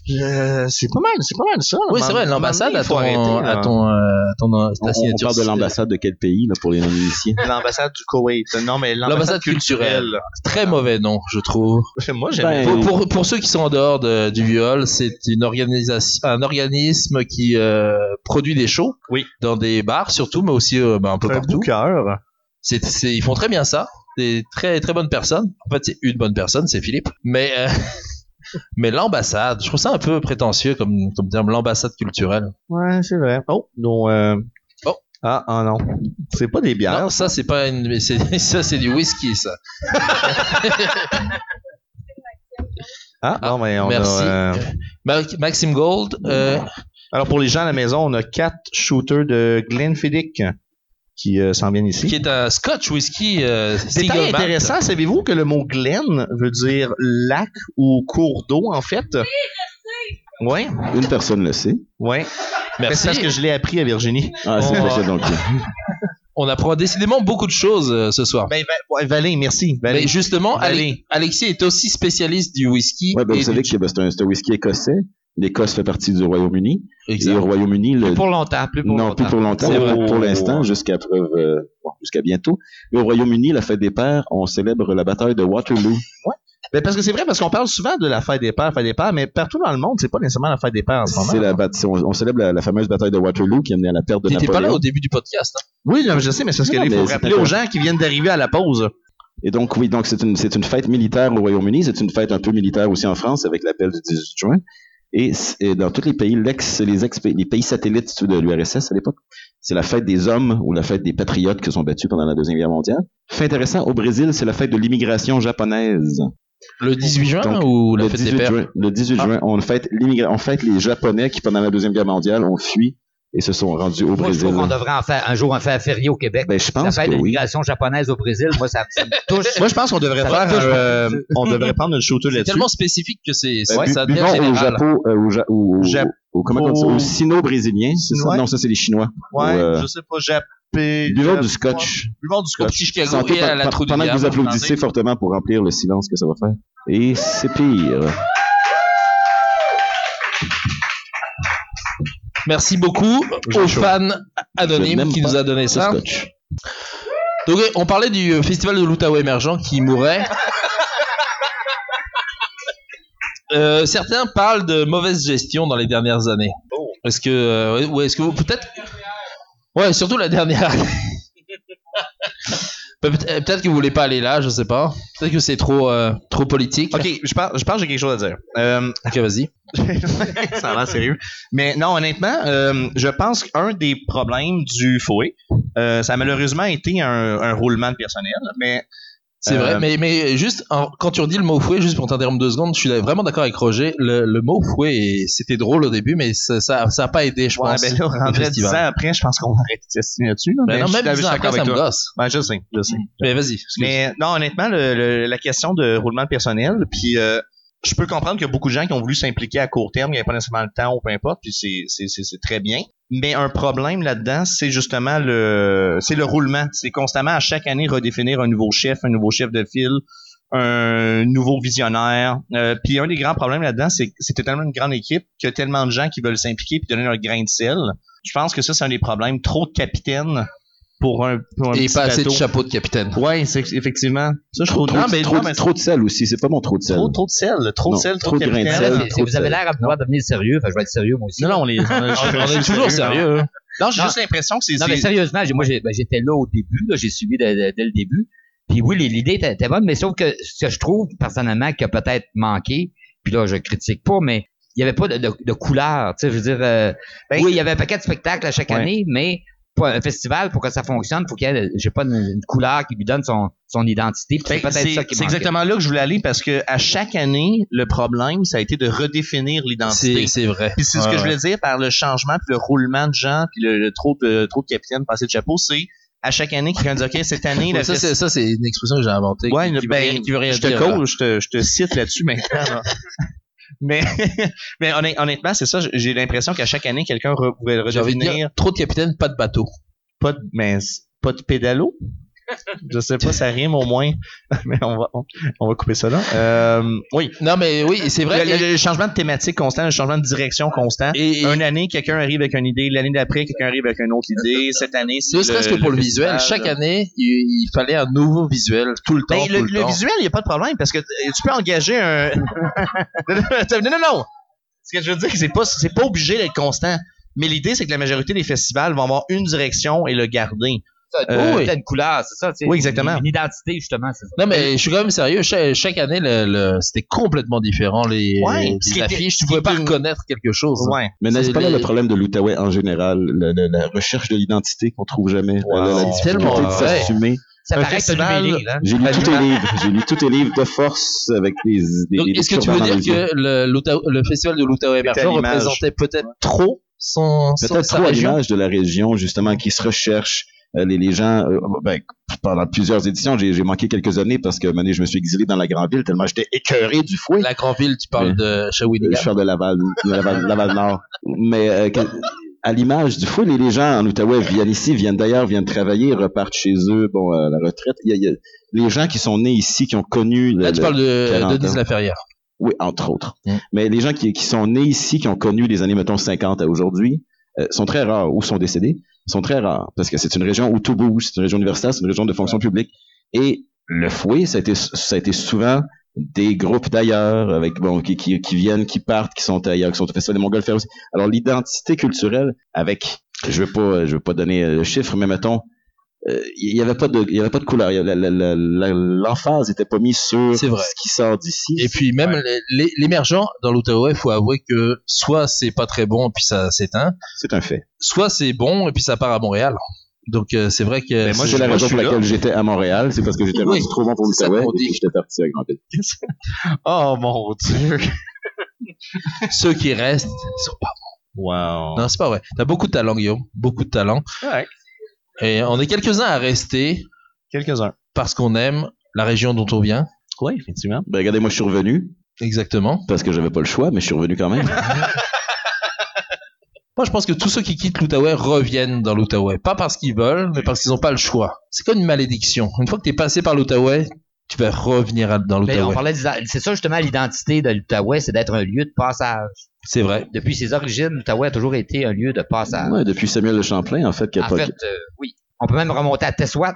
Euh, c'est pas mal, c'est pas mal ça.
Oui, c'est vrai, l'ambassade
à
à ton, à ton, euh, à ton, euh,
On,
ta
on
signature.
parle de l'ambassade de quel pays, là, pour les non-initiés?
L'ambassade du Koweït. Non, mais
L'ambassade
l'ambassade culturelle.
Très mauvais nom, je trouve.
Moi,
Ben,
j'aime
Pour, pour, pour ceux qui sont en dehors de- du viol, c'est une organisation, un organisme qui euh, produit des shows
Oui.
dans des bars surtout, mais aussi euh, ben, un peu
un
partout.
booker.
C'est, c'est- ils font très bien ça. Des très très bonnes personnes. En fait, c'est une bonne personne, c'est Philippe. Mais euh, mais l'ambassade, je trouve ça un peu prétentieux comme comme terme, l'ambassade culturelle.
Ouais, c'est vrai. Oh, non. Euh...
Oh.
Ah, ah non. C'est pas des bières.
Non, ça c'est pas une, mais c'est- ça c'est du whisky ça.
ah, non, mais on
Merci.
a... euh,
Ma- Maxime Gold, euh,
Alors, pour les gens à la maison, on a quatre shooters de Glenfiddich qui euh, s'en viennent ici.
qui est un Scotch whisky. Euh, single
Détail
malt.
intéressant, savez-vous que le mot Glen veut dire lac ou cours d'eau, en fait? Oui,
Une personne le sait.
oui. Mais
Merci.
C'est parce que je l'ai appris à Virginie.
Ah, c'est
Oh.
pour ça, donc.
On apprend décidément beaucoup de choses euh, ce soir.
Bah,
Ben, ben, ouais, Valé, merci. Valé.
Mais justement,
Allez.
Ale- Alexis est aussi spécialiste du whisky.
Ouais, ben,
et
vous savez
du-
que ben, c'est un, c'est un whisky écossais. L'Écosse fait partie du Royaume-Uni. Et
Exact.
au Royaume-Uni, le,
Pour longtemps, plus pour
non,
longtemps.
plus pour longtemps,
C'est
pour,
vrai.
pour l'instant, jusqu'à preuve, euh, bon, jusqu'à bientôt. Mais au Royaume-Uni, la fête des pères, on célèbre la bataille de Waterloo.
Ben, parce que c'est vrai, parce qu'on parle souvent de la fête des pères, fête des pères, mais partout dans le monde, c'est pas nécessairement la fête des pères en ce moment.
C'est la bat- c'est- on, on célèbre la, la fameuse bataille de Waterloo qui a mené à la perte de
T'étais
Napoléon.
pas là au début du podcast. hein.
Oui, non, je sais, mais c'est parce que
Non,
là, il
mais
faut
c'est
rappeler
d'accord.
aux gens qui viennent d'arriver à la pause.
Et donc, oui, donc c'est une, c'est une fête militaire au Royaume-Uni, c'est une fête un peu militaire aussi en France avec l'appel du 18 juin. Et, c- et dans tous les pays, l'ex, les, ex, les pays satellites de l'URSS à l'époque, c'est la fête des hommes ou la fête des patriotes qui se sont battus pendant la Deuxième Guerre mondiale. Fait intéressant, au Brésil, c'est la fête de l'immigration japonaise.
Le 18 juin
Donc,
ou la
le
fête
18
des pères Ah.
juin, le 18 juin, on fête, l'immigra- on fête les Japonais qui, pendant la Deuxième Guerre mondiale, ont fui et se sont rendus au
Moi, je
Brésil.
trouve qu'on devrait en faire un jour un faire férié au Québec.
Ben, je
Ça
pense
fait
que
de
oui.
l'immigration japonaise au Brésil. Moi, ça, ça me touche.
Moi, je pense qu'on devrait
Ça
faire,
va, je-
un, euh, on devrait prendre une shooter
C'est
là-dessus.
tellement spécifique que c'est c'est-
Bu-
ça devient
buvons au
général.
Japon, euh, au, Ja- au- au-
Jap-
au- comment on dit ça,
au-
au sino-brésilien. c'est ça?
Ouais.
Non, ça, c'est les Chinois.
Ouais,
euh,
je sais pas, jappé.
Buvons du scotch.
Buvons du
Au
scotch.
petit Chicago
Sentez
et à
pe-
la
pe-
trou du
pendant que
Diable.
vous applaudissez fortement pour remplir le silence que ça va faire. Et c'est pire.
Merci beaucoup
J'ai
aux
chaud.
fans anonymes
n'aime
qui
pas
nous a donné
Le
ça.
scotch.
Donc euh, on parlait du euh, festival de l'Outaouais émergent qui mourait. Euh, certains parlent de mauvaise gestion dans les dernières années.
Oh.
Est-ce que euh, ou est-ce que vous peut-être Ouais, surtout la dernière. année. Pe- peut- euh, Peut-être que vous voulez pas aller là, je sais pas. Peut-être que c'est trop euh, trop politique.
Ok, je pense, je pense que j'ai quelque chose à dire. Euh,
Ok, vas-y.
ça a l'air sérieux. Mais non, honnêtement, euh, je pense qu'un des problèmes du fouet, euh, ça a malheureusement été un, un roulement de personnel, mais
C'est
Euh,
vrai, mais, mais juste en- quand tu redis le mot fouet, juste pour t'interrompre deux secondes, je suis vraiment d'accord avec Roger. Le, le mot fouet, est- c'était drôle au début, mais ça ça, ça a pas aidé, je
ouais,
pense.
ben là, on
le
rendrait 10
festival.
ans après, je pense qu'on va arrêter de s'assigner là-dessus. là,
Ben non,
je suis
même
d'accord-
dix ans
je suis d'accord
après, ça
avec
me
toi.
gosse.
Ouais, je sais, je sais.
Mais vas-y. excuse.
Mais non, honnêtement, le- le- la question de roulement de personnel, puis euh, je peux comprendre qu'il y a beaucoup de gens qui ont voulu s'impliquer à court terme, il n'y avait pas nécessairement le temps ou peu importe, puis c'est- c'est c'est- c'est très bien. Mais un problème là-dedans, c'est justement le c'est le roulement. C'est constamment à chaque année redéfinir un nouveau chef, un nouveau chef de file, un nouveau visionnaire. Euh, puis un des grands problèmes là-dedans, c'est que c'était tellement une grande équipe qu'il y a tellement de gens qui veulent s'impliquer puis donner leur grain de sel. Je pense que ça, c'est un des problèmes. Trop de capitaines pour un, pour un
Et
petit
pas assez de
bateau.
chapeau de capitaine.
Ouais, c'est effectivement. Ça, je trouve
Trop,
non,
de-
mais,
trop,
non,
de-
mais
trop de sel aussi, c'est pas mon trop de sel.
trop, trop de sel, trop
Non,
de sel,
trop
trop
de
de
grains de
capitaine.
sel.
Vous- Vous avez l'air à
euh,
pouvoir devenir sérieux. Enfin, je vais être sérieux, moi aussi.
Non, non, on les. On,
On est toujours sérieux. hein.
Non, j'ai
Non.
juste l'impression que c'est.
Non, mais
c'est-
sérieusement, j'ai- moi, j'ai- ben, j'étais là au début, là, j'ai suivi dès- dès dès le début. Puis oui, les- l'idée était, était bonne, mais sauf que ce que je trouve personnellement qui a peut-être manqué, puis là, je critique pas, mais il n'y avait pas de, de, de couleur. Tu sais, je veux dire, euh,
Ben,
oui, il y avait un paquet de spectacles à chaque
Ouais.
année, mais pour un festival, pour que ça fonctionne, faut qu'il y ait, j'ai pas, une, une couleur qui lui donne son, son identité. puis
Ben,
c'est peut-être ça qui
c'est
manquait.
exactement là que je voulais aller parce que à chaque année, le problème, ça a été de redéfinir l'identité.
C'est c'est vrai.
Puis c'est ce que je voulais dire par le changement, puis le roulement de gens, puis le, le trop de trop de capitaines passés de chapeau, c'est à chaque année quelqu'un dit ok cette année
Ouais,
la
ça,
festi-
c'est- ça, c'est une expression que j'ai inventée.
Ouais,
qui, qui veut
ben,
rien- qui veut rien
je te
dire, là.
coach, je te, je te cite là-dessus maintenant. là. mais mais honnêt- honnêtement, c'est ça, j'ai l'impression qu'à chaque année quelqu'un re- voulait
J'ai envie de
redevenir
dire, trop de capitaine, pas de bateau.
pas de mais pas de pédalo. Je sais pas, ça rime au moins, mais on va, on, on va couper ça là. Euh, oui,
Non, mais oui, c'est vrai.
le, le- le changement de thématique constant, le changement de direction constant.
Et, et-
Une année, quelqu'un arrive avec une idée. L'année d'après, quelqu'un arrive avec une autre idée. Cette année, c'est
ne serait-ce que pour le, visuel,
festival.
chaque année, il, il fallait un nouveau visuel tout le temps.
Ben,
tout
le,
le
le
temps.
visuel, il n'y a pas de problème parce que t- tu peux engager un. non, non, non! Ce que je veux dire, c'est pas, c'est pas obligé d'être constant. Mais l'idée, c'est que la majorité des festivals vont avoir une direction et le garder.
Ça,
Euh,
oui.
oui.
une couleur, c'est ça. tu sais,
Oui, exactement.
Une, une identité, justement, c'est ça.
Non,
euh,
mais je suis quand même sérieux. Cha- Chaque, année, le, le- c'était complètement différent. Les,
Ouais,
les
ce qui était-
affiches, tu
ce qui
pouvais pas
était-
reconnaître quelque chose. hein.
Ouais.
Mais n'est-ce
C'est
pas là
les-
le problème de l'Outaouais en général, le- le- la recherche de l'identité qu'on trouve jamais,
Wow.
la, la difficulté
C'est tellement
de
vrai.
s'assumer.
Ça
un
paraît que t'as
festival-
lu mes livres, hein.
J'ai lu tous tes livres, j'ai lu tous tes livres de force avec des, des,
Donc,
des
est-ce que tu
turbans
veux
dans
dire
les yeux.
que le, l'Outaou- le festival de l'Outaouais émergent
à l'image.
représentait peut-être trop son, son-
peut-être
sa
trop à
région
l'image de la région justement qui se recherche euh, les, les gens euh, ben, pendant plusieurs éditions j'ai j'ai manqué quelques années parce que un moment donné, je me suis exilé dans la grande ville tellement j'étais écœuré du fouet
La grande ville, tu parles
Oui.
de
je
Shawinigan.
suis de Laval, Laval, Laval Nord. Mais euh, que- à l'image du fouet, les, les gens en Outaouais viennent ici, viennent d'ailleurs, viennent travailler, repartent chez eux, bon, euh, à la retraite. Il y a- il y a les gens qui sont nés ici, qui ont connu... le-
Là, Ah, tu
le-
parles de
40
Denise
ans.
Laferrière.
oui, entre autres.
Mm.
Mais les gens qui, qui sont nés ici, qui ont connu les années, mettons, 50 à aujourd'hui, euh, sont très rares ou sont décédés, sont très rares parce que c'est une région où tout bouge, c'est une région universitaire, c'est une région de fonction publique. Et le fouet, ça a été, ça a été souvent des groupes d'ailleurs avec bon qui, qui, qui viennent, qui partent, qui sont ailleurs, qui sont au festival des Montgolfières aussi. Alors l'identité culturelle avec je veux pas je veux pas donner euh, le chiffre mais mettons euh, il y avait pas de il y avait pas de couleur, Il y avait- la- la- la- la- l'emphase était pas mise sur
C'est vrai.
ce qui sort d'ici.
Et puis même les- les- l'émergent dans l'Outaouais, faut avouer que soit c'est pas très bon puis ça s'éteint,
C'est un fait.
soit c'est bon et puis ça part à Montréal. Donc euh, c'est vrai que
moi,
c'est
je-
la
moi,
raison
je
pour
suis
laquelle j'étais à Montréal, c'est parce que j'étais
Oui,
rendu trop bon pour
c'est ça
l'Outaouais
qu'on
et
dit.
puis j'étais parti à Grandville.
Oh mon dieu.
ceux qui restent sont pas
Wow.
bons. Non, c'est pas vrai. T'as beaucoup de talent, Guillaume, beaucoup de talent.
Ouais.
Et on est quelques uns à rester
Quelques-uns.
parce qu'on aime la région dont on vient.
Oui, effectivement.
Ben regardez, moi je suis revenu
Exactement.
parce que j'avais pas le choix, mais je suis revenu quand même.
Moi, je pense que tous ceux qui quittent l'Outaouais reviennent dans l'Outaouais. Pas parce qu'ils veulent, mais parce qu'ils n'ont pas le choix. C'est comme une malédiction. Une fois que t'es passé par l'Outaouais, tu vas revenir à- dans
Mais Ben, on
l'Outaouais.
parlait d'isa- c'est ça justement l'identité de l'Outaouais, c'est d'être un lieu de passage.
C'est vrai.
Depuis ses origines, l'Outaouais a toujours été un lieu de passage.
Ouais, depuis Samuel Le Champlain en fait, qui a
en
pas- Hmm.
fait, euh, oui. On peut même remonter à Tessouat.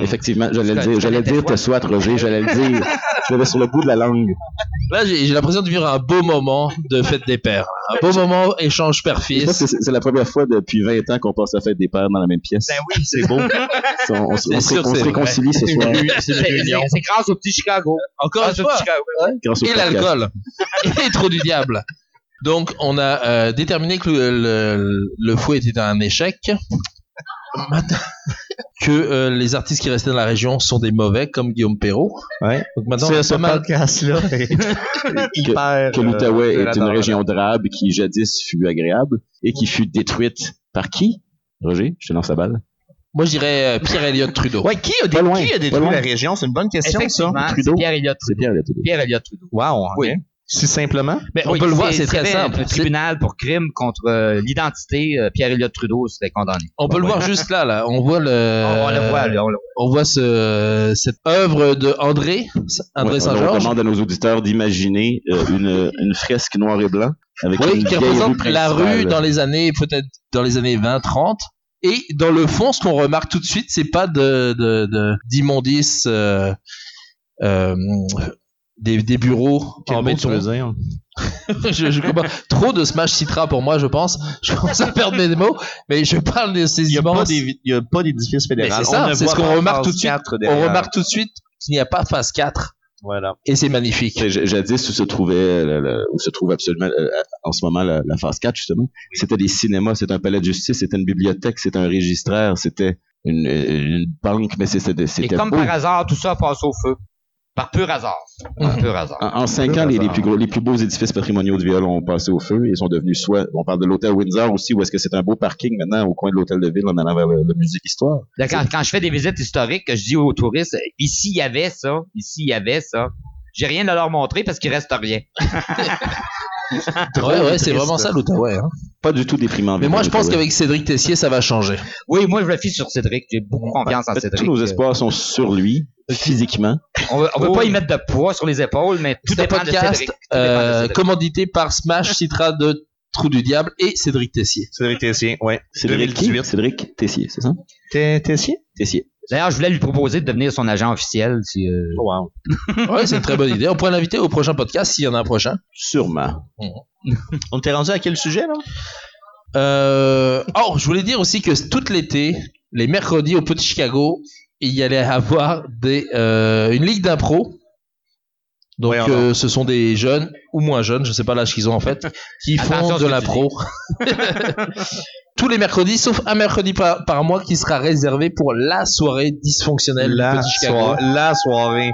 Effectivement, j'allais le
Tu connais-
dire, j'allais le
tu
dire
connais
te soit Roger, j'allais le dire. Je l'avais sur le bout de la langue.
Là, j'ai j'ai l'impression de vivre un beau moment de fête des pères. Un beau moment échange
Je pense
père-fils.
que c'est c'est la première fois depuis 20 ans qu'on passe la fête des pères dans la même pièce.
Ben oui, c'est beau.
On, on se-
C'est
on se
sûr,
on se
c'est vrai.
réconcilie ce soir
C'est c'est- Ah, c'est grâce au petit Chicago.
Ah,
Encore une
Grâce au petit
fois.
Chicago.
grâce au
Et
podcast.
l'alcool. Et trop du diable. Donc, on a euh, déterminé que le, le- le fouet était un échec. Maintenant- que euh, les artistes qui restaient dans la région sont des mauvais, comme Guillaume Perrault.
Ouais.
Donc maintenant, on
C'est
a
ce
pas mal-
podcast-là est hyper.
Que
euh,
l'Outaouais est une
révélateur.
région drabe qui jadis fut agréable et qui fut détruite par qui Roger, je te lance la balle.
Moi, je dirais euh, Pierre Elliott Trudeau.
Ouais, qui a, dé-
Pas loin,
qui a
pas
détruit
loin.
la région? C'est une bonne question, ça.
Effectivement, c'est
Trudeau.
Pierre Elliott
C'est Pierre Elliott.
Pierre Elliott Trudeau.
Wow.
Oui.
ok. Si simplement.
Mais on
Oui,
peut le voir, c'est très
s'il y avait
simple.
Le tribunal pour crime contre euh, l'identité, euh, Pierre Elliott Trudeau serait condamné.
On peut le voir juste là, là. On voit le.
on, on le voit, là, on le voit.
On voit ce, cette œuvre de André, André
Ouais, On
Saint-Georges.
demande à nos auditeurs d'imaginer euh, une, une fresque noir et blanc avec
Oui,
une
qui
vieille
représente
rue
la
principale.
rue dans les années, peut-être dans les années 20, 30. Et dans le fond, ce qu'on remarque tout de suite, c'est pas de, de, de- d'immondices, euh, euh, des, des bureaux
Ah,
en
ben,
béton. je, je comprends. Trop de Smash Citra pour moi, je pense. Je commence à perdre mes mots, mais je parle de ces
Il n'y a, pas
immenses.
d'évi- il y a pas d'édifice fédéral.
Mais c'est ça,
On ne
c'est
voit
ce qu'on
pas
remarque
phase
tout de suite.
4
On
derrière.
remarque tout de suite qu'il n'y a pas phase 4
Voilà.
et c'est magnifique.
J- Jadis, où se trouvait, euh, le- le- où se trouve absolument euh, en ce moment la, la phase 4, justement, c'était des cinémas, c'était un palais de justice, c'était une bibliothèque, c'était un registraire, c'était une, une banque, mais c'est- c'était
Et
c'était
comme
beau.
par hasard, tout ça passe au feu. Par pur hasard. Par pur hasard.
En, en cinq ans, les, les plus gros, les plus beaux édifices patrimoniaux de Viol ont passé au feu et sont devenus soit, on parle de l'hôtel Windsor aussi, où est-ce que c'est un beau parking maintenant au coin de l'hôtel de ville en allant vers le, le musée d'histoire.
Là, quand, quand je fais des visites historiques, que je dis aux touristes, ici il y avait ça, ici il y avait ça. J'ai rien à leur montrer parce qu'il reste rien.
Ouais, ouais, c'est
triste.
vraiment ça l'Outaouais. hein.
Pas du tout déprimant.
Mais moi, je pense
l'hôtel.
qu'avec Cédric Tessier, ça va changer.
Oui, moi je le fie sur Cédric. J'ai beaucoup confiance
Ah,
en
Fait,
Cédric.
Tous
euh,
nos espoirs sont sur lui, physiquement.
On veut, on veut
Oh.
pas y mettre de poids sur les épaules, mais tout
C'est un
dépend de
podcast
Cédric. Tout dépend de
euh,
Cédric.
commandité par Smash Citra de Trou du Diable et Cédric Tessier.
Cédric Tessier, ouais.
Cédric, qui? Cédric Tessier, c'est ça?
T'es- Tessier?
Tessier.
D'ailleurs, je voulais lui proposer de devenir son agent officiel. si, euh,
Wow.
Ouais, c'est une très bonne idée. On pourrait l'inviter au prochain podcast s'il y en a un prochain.
Sûrement.
On t'est rendu à quel sujet, là?
Euh... Oh, je voulais dire aussi que tout l'été, les mercredis au Petit Chicago, il y allait avoir des, euh, une ligue d'impro. Donc,
Voyons
euh, ce sont des jeunes ou moins jeunes, je sais pas l'âge qu'ils ont en fait, qui
Attention
font de
à ce que tu
l'impro. Tous les mercredis, sauf un mercredi par, par mois qui sera réservé pour la soirée dysfonctionnelle du
la,
Ben, Petit Chicago.
soir- la soirée.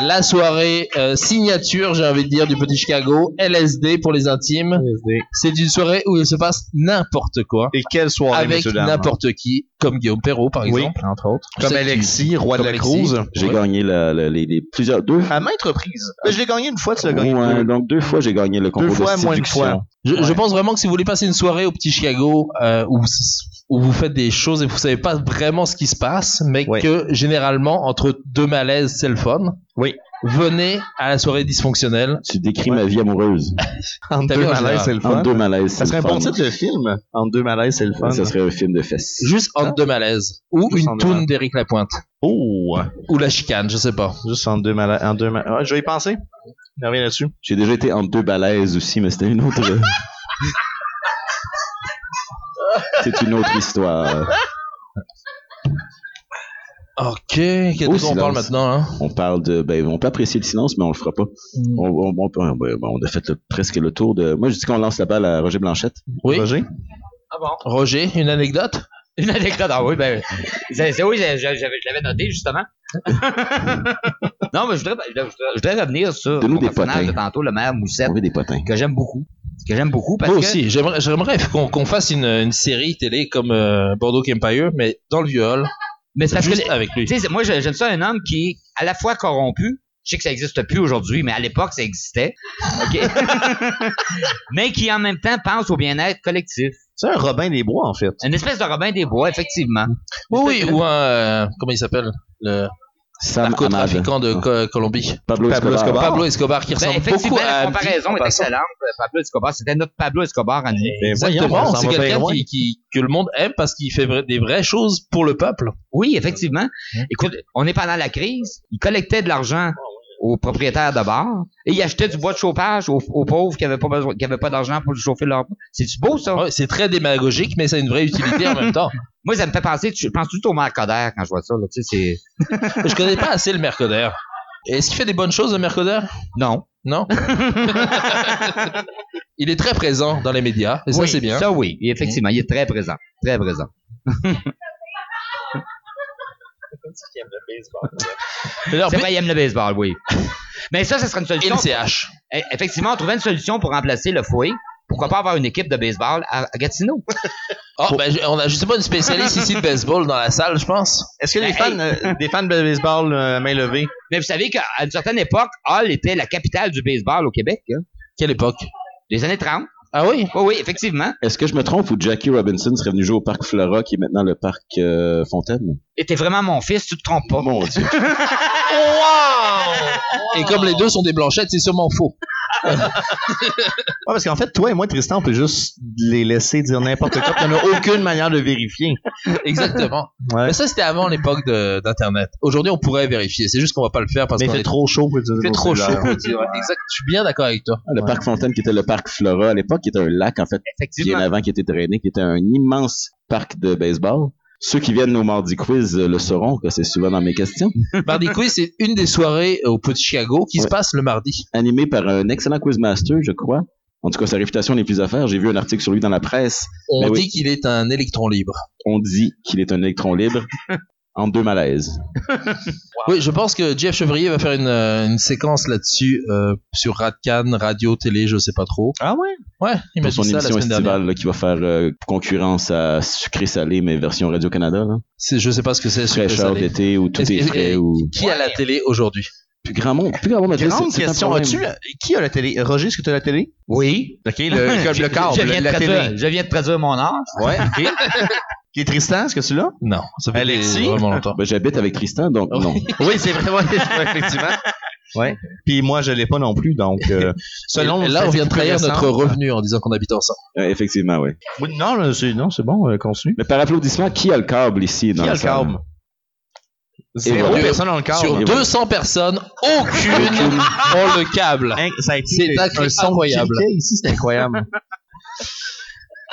La soirée euh, signature, j'ai envie de dire, du Petit Chicago, LSD pour les intimes. C'est une soirée où il se passe n'importe quoi
Et quelle soirée,
avec
messieurs, dames?
n'importe qui, comme Guillaume Perrault par
hein. Oui.
exemple, entre autres.
Comme Alexis, roi de
comme
la
Alexis.
cruise.
J'ai
Ouais.
gagné la- la- les, les plusieurs, deux,
À maintes reprises. Mais je l'ai gagné une fois, tu l'as gagné
Ouais,
deux.
donc deux fois j'ai gagné le concours
fois,
de
moins une
séduction.
fois.
Je, je
Ouais.
pense vraiment que si vous voulez passer une soirée au petit Chicago euh, où, où vous faites des choses et vous savez pas vraiment ce qui se passe, mais
Ouais.
que généralement entre deux malaises c'est le fun.
Oui.
Venez à la soirée dysfonctionnelle.
Tu décris ma vie amoureuse.
En
T'as
deux
vu, en
malaises,
général.
c'est le fun.
En deux malaises.
Ça
c'est
serait un
le
bon
fun.
titre de hein. film. En deux malaises, c'est le fun.
Ouais, Ça serait un film de fesses.
Juste entre
Ah.
deux malaises ou
Juste
une
entre deux
toune d'Éric Lapointe
Oh!
ou la chicane, je sais pas.
Juste en deux malaises. En deux ma- Ah, je vais y penser. Je reviens là-dessus.
J'ai déjà été en deux balaises aussi, mais c'était une autre. c'est une autre histoire.
Ok, qu'est-ce
Au
qu'on parle
silence.
maintenant hein
On parle de, ben, on peut apprécier le silence, mais on le fera pas. On, on- on peut- ben, ben, on a fait le- presque le tour de. Moi, je dis qu'on lance la balle à Roger Blanchette.
Oui,
Roger?
Roger, une anecdote
Une anecdote, ah oui, ben, c'est, c'est- oui, je, je- je- je l'avais noté, justement. non, mais je voudrais, je voudrais- je voudrais revenir sur
Donne-nous
mon
des
personnage
potins.
de tantôt, le maire Moussette,
On veut des potins.
que j'aime beaucoup. Que j'aime beaucoup parce
Moi
que...
aussi, j'aimerais, j'aimerais qu'on, qu'on fasse une, une série télé comme euh, Bordeaux Empire, mais dans le vieux hall,
Mais c'est parce que
juste avec lui.
Tu sais, c'est- moi, je- j'aime ça un homme qui est à la fois corrompu. Je sais que ça n'existe plus aujourd'hui, mais à l'époque, ça existait. OK? mais qui, en même temps, pense au bien-être collectif.
C'est un Robin des Bois, en fait.
Une espèce de Robin des Bois, effectivement.
Oui, oui, ou un, euh, comment il s'appelle Le
Sam Hamad.
narcotrafiquant de Co- Colombie.
Pablo,
Pablo
Escobar.
Escobar.
Pablo Escobar qui
Ben,
ressemble
effectivement,
beaucoup à
la
Andy.
comparaison est excellente. euh, Pablo Escobar, c'était notre Pablo Escobar à nous.
Ben,
Mais voyons,
Exactement,
on s'en
c'est
va bien
quelqu'un
loin.
qui, qui- que le monde aime parce qu'il fait vra- des vraies choses pour le peuple.
Oui, effectivement. Écoute, on est pendant la crise. Il collectait de
Ah
l'argent aux propriétaires de bars et il achetait du bois de chauffage aux, aux pauvres qui n'avaient pas besoin, qui avaient pas d'argent pour chauffer leur. C'est-tu beau, ça?
Ouais, c'est très démagogique, mais ça a une vraie utilité en même temps.
Moi, ça me fait penser, tu je pense tout le temps au maire Coderre quand je vois ça, là. Tu sais, c'est.
Je connais pas assez le Mercoder. Est-ce qu'il fait des bonnes choses, le Mercoder
Non.
Non Il est très présent dans les médias, et ça
Oui,
c'est bien.
Ça, oui. Et effectivement, il est très présent. Très présent.
Leur
C'est
but,
vrai, il aime le baseball, oui. Mais ça, ça serait une solution.
LCH.
Eh, Effectivement, on trouvait une solution pour remplacer le fouet. Pourquoi pas avoir une équipe de baseball à à Gatineau?
Oh, ben, je- on a justement une spécialiste ici de baseball dans la salle, je pense.
Est-ce que les
Hey.
fans, euh, des fans de baseball euh, main levée,
Mais vous savez qu'à une certaine époque, Hall était la capitale du baseball au Québec, hein,
Quelle époque
des années 30.
Ah oui
Oui, oui, effectivement.
Est-ce que je me trompe ou Jackie Robinson serait venu jouer au parc Flora, qui est maintenant le parc euh, Fontaine?
Et t'es vraiment mon fils, tu te trompes pas.
Mon Dieu.
Et comme les deux sont des blanchettes, c'est sûrement faux.
Ouais, parce qu'en fait, toi et moi, Tristan, on peut juste les laisser dire n'importe quoi. puis On n'a aucune manière de vérifier.
Exactement.
Ouais.
Mais ça, c'était avant l'époque de- d'Internet. Aujourd'hui, on pourrait vérifier. C'est juste qu'on va pas le faire parce
Mais il
qu'on
fait
est
trop chaud. pour
il
utiliser
fait
nos
trop chaud.
cellulaires.
pour le dire. Exact. Je suis bien d'accord avec toi.
Ah, Le parc Fontaine, qui était le parc Flora à l'époque, qui était un lac, en fait, bien
Effectivement.
avant, qui était drainé, qui était un immense parc de baseball. Ceux qui viennent au Mardi Quiz euh, le sauront, que c'est souvent dans mes questions.
Mardi Quiz, c'est une des soirées euh, au Petit Chicago qui se
Ouais.
passe le mardi.
Animé par un excellent quizmaster, je crois. En tout cas, sa réputation n'est plus à faire. J'ai vu un article sur lui dans la presse.
On
Mais
dit
oui.
qu'il est un électron libre.
On dit qu'il est un électron libre en deux malaises.
Oui, je pense que Jeff Chevrier va faire une, euh, une séquence là-dessus euh, sur Radcan, radio, télé, je sais pas trop.
Ah ouais?
Ouais, il m'a
Pour
dit
son
ça la
émission
semaine dernière.
estivale là, qui va faire euh, concurrence à Sucré Salé, mais version Radio-Canada. là.
C'est- Je sais pas ce que c'est. sucré
Fraîcheur
salé.
d'été où tout
Est-ce
est,
que-
frais. Ou...
Qui a la télé aujourd'hui
Plus grand monde. Plus grand monde. à dire,
Grande
c'est- c'est un
question.
problème.
As-tu, euh, qui a la télé? Roger, est-ce que tu as la télé?
Oui.
OK, le, comme
Je-
le câble,
je, viens de
la
traduire-
télé.
je viens de traduire mon art.
Ouais, OK. Qui est Tristan, est-ce que tu l'as?
Non, ça fait
Alexis?
vraiment longtemps.
Ben, J'habite avec Tristan, donc non.
Oui, c'est vrai, ouais, effectivement. Ouais. Puis moi, je l'ai pas non plus, donc euh, selon
Et là,
le
on
fait
vient de
plus
trahir
récent-
notre revenu en disant qu'on habite ensemble.
Euh, effectivement, oui.
Oui, Non, là, c'est non, c'est bon, euh, continue.
Mais par applaudissement, qui a le câble ici? Dans
Qui
la
a le
salle?
câble? Zéro
voilà.
personne dans le
Sur
câble.
Et
200 personnes, aucune ont le câble.
Hein, ça a été
C'est
un son
incroyable.
cliquet ici, c'est incroyable.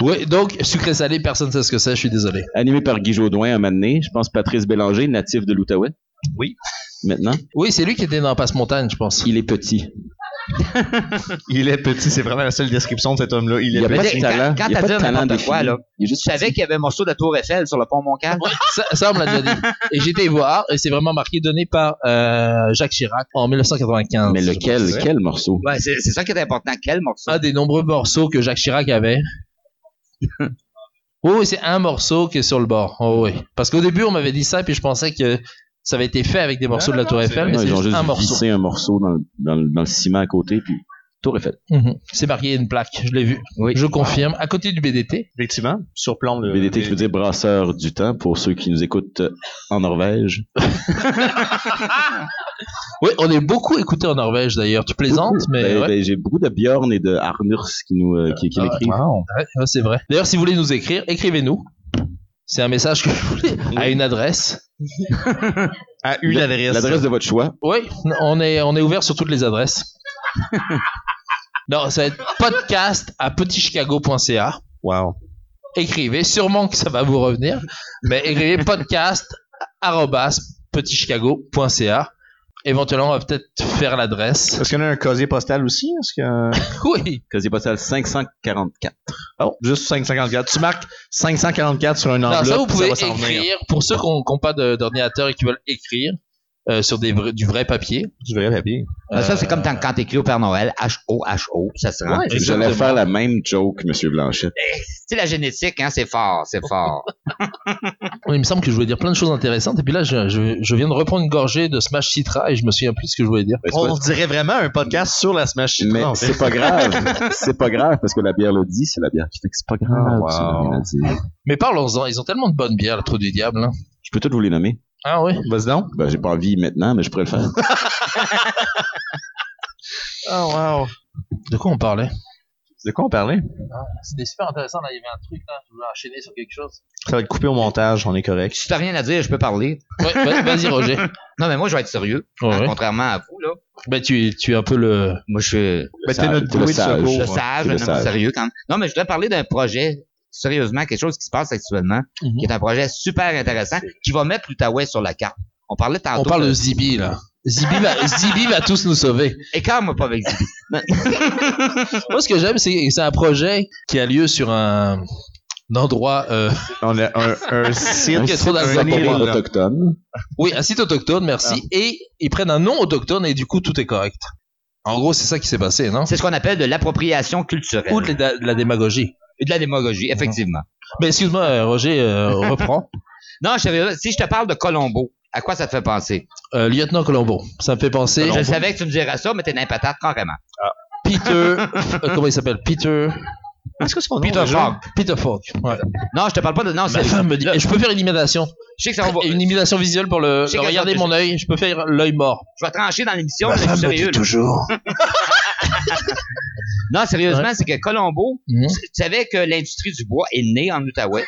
Oui, donc sucré salé, personne ne sait ce que c'est, je suis désolé.
Animé par Guy Jodoin à Mané. Je pense Patrice Bélanger, natif de l'Outaouais.
Oui.
Maintenant,
Oui, c'est lui qui était dans Passe-Montagne, je pense.
il est petit.
il est petit, c'est vraiment la seule description de cet homme-là. Il
Il
est
n'y a
petit.
pas
Mais
de talent.
quand- quand
il y
t'as
a pas
dit
de talent
n'importe
défini.
quoi, là.
Il est juste
Je savais
petit.
qu'il y avait un morceau de la Tour Eiffel sur le pont Montcalm.
Ouais, ça, ça, on me l'a déjà dit. Et j'étais voir, et c'est vraiment marqué, donné par euh, Jacques Chirac en 1995.
Mais lequel,
je pense.
quel morceau?
Ouais, c'est c'est ça qui est important. Quel morceau?
Un des nombreux morceaux que Jacques Chirac avait. Oh oui, oui, c'est un morceau qui est sur le bord. Oh, oui. Parce qu'au début, on m'avait dit ça, puis je pensais que ça avait été fait avec des morceaux
Non,
de la
non,
Tour
non,
Eiffel,
c'est
mais
Non,
c'est
ils ont
juste
juste
un morceau.
vissé un morceau dans, le- dans le- dans le ciment à côté, puis tout refait.
Mhm. C'est marqué une plaque, je l'ai vu.
Oui.
Je confirme. À côté du BDT.
Effectivement, surplombe le.
BDT, je veux dire brasseur du temps, pour ceux qui nous écoutent euh, en Norvège.
Oui, on est beaucoup écouté en Norvège d'ailleurs. Tu plaisantes,
Beaucoup.
mais
Ben,
ouais.
ben, j'ai beaucoup de Bjorn et de Arnurs qui nous euh, qui, qui
Ah,
l'écrivent.
Wow.
Ouais, ouais, c'est vrai. D'ailleurs, si vous voulez nous écrire, écrivez-nous. C'est un message que je voulais à une adresse.
À une
La-
adresse.
L'adresse de votre choix.
Oui, on est, on est ouvert sur toutes les adresses. non, ça va être podcast à petitchicago.ca.
Wow.
Écrivez, sûrement que ça va vous revenir, mais écrivez podcast arobase petitchicago.ca. Éventuellement, on va peut-être faire l'adresse.
Est-ce qu'on a un casier postal aussi? Est-ce que.
Oui,
Casier postal 544.
Oh, juste 544. Tu marques 544 sur un
Non,
enveloppe.
ça vous pouvez
va s'en venir.
écrire pour ceux qui n'ont pas de- d'ordinateur et qui veulent écrire euh, sur des vrais- du vrai papier.
Du vrai papier.
Ah, Ça,
Euh,
c'est comme quand quand t'écris au Père Noël. H-O-H-O. Ça se rend.
Je J'allais faire la même joke, Monsieur Blanchet.
C'est la génétique, hein. C'est fort, c'est fort.
Oui, Il me semble que je voulais dire plein de choses intéressantes. Et puis là, je, je- je viens de reprendre une gorgée de Smash Citra et je me souviens plus de ce que je voulais dire.
Ben, c'est
On
pas-
dirait vraiment un podcast sur la Smash Citra,
mais
en fait.
c'est pas grave. c'est pas grave parce que la bière le dit, c'est la bière qui fait que c'est pas grave.
Oh,
ça n'a
wow.
rien à dire.
Mais parlons-en, ils ont tellement de bonnes bières, le trou du diable. hein.
Je peux toutes vous les nommer.
Ah oui
Vas-y donc.
Ben, j'ai pas envie maintenant, mais je pourrais le faire.
Oh, wow.
De quoi on parlait
De quoi on parlait?
C'était super intéressant, là, il y avait un truc, là, je voulais enchaîner sur quelque chose.
Ça va être coupé au montage, on est correct.
Si t'as rien à dire, je peux parler.
Ouais, va- vas-y Roger.
Non, mais moi, je vais être sérieux. hein,
Ouais, ouais.
Contrairement à vous, là.
Ben, tu, tu es un peu le...
Moi, je suis
Ben, t'es notre
t'es le
bouée de
sage.
secours.
le
hein. ouais,
c'est
sage, un
le
homme
sage.
sérieux quand même. Non, mais je voudrais parler d'un projet, sérieusement, quelque chose qui se passe actuellement,
Mhm.
qui est un projet super intéressant, qui va mettre l'Outaouais sur la carte. On parlait tantôt.
On parle de Zibi, là. Zibi va, Zibi va tous nous sauver.
Écarte-moi pas avec Zibi.
Moi, ce que j'aime, c'est c'est un projet qui a lieu sur un, un endroit... euh,
On a un, un site.
Il y a trop
un
d'alcool.
île.
Sapeurs autochtones.
Oui, un site autochtone, merci. Et ils prennent un nom autochtone et du coup, tout est correct. En gros, c'est ça qui s'est passé, non
C'est ce qu'on appelle de l'appropriation culturelle.
Ou de la, de la démagogie.
Et de la démagogie, effectivement.
Mais excuse-moi, euh, Roger, euh, reprends.
Non, je savais- si je te parle de Colombo, à quoi ça te fait penser?
Euh, Lieutenant Colombo, ça me fait penser.
Je savais que tu me dirais ça, mais t'es une patate carrément.
Peter. euh, comment il s'appelle Peter.
Est-ce que c'est mon nom,
Peter
déjà?
Falk.
Peter Falk. Ouais.
Non, je te parle pas de. Non,
Ma
c'est.
femme me dit.
Là,
Je peux faire une imitation.
je sais que ça va.
Une imitation visuelle pour le.
Je sais que
Regardez
ça-
mon œil. Je peux faire l'œil mort.
Je vais trancher dans l'émission,
Ma
mais je suis
femme me
sérieux.
dit
là.
toujours.
Non, sérieusement, c'est que Colombo,
Mhm.
tu tu savais que l'industrie du bois est née en Outaouais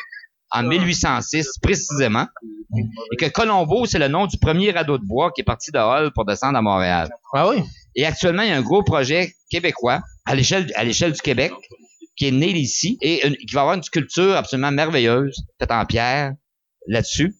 en 1806 précisément, et que Colombo, c'est le nom du premier radeau de bois qui est parti de Hull pour descendre à Montréal.
Ah oui.
Et actuellement, il y a un gros projet québécois à l'échelle à l'échelle du Québec qui est né ici et une- qui va avoir une sculpture absolument merveilleuse faite en pierre là-dessus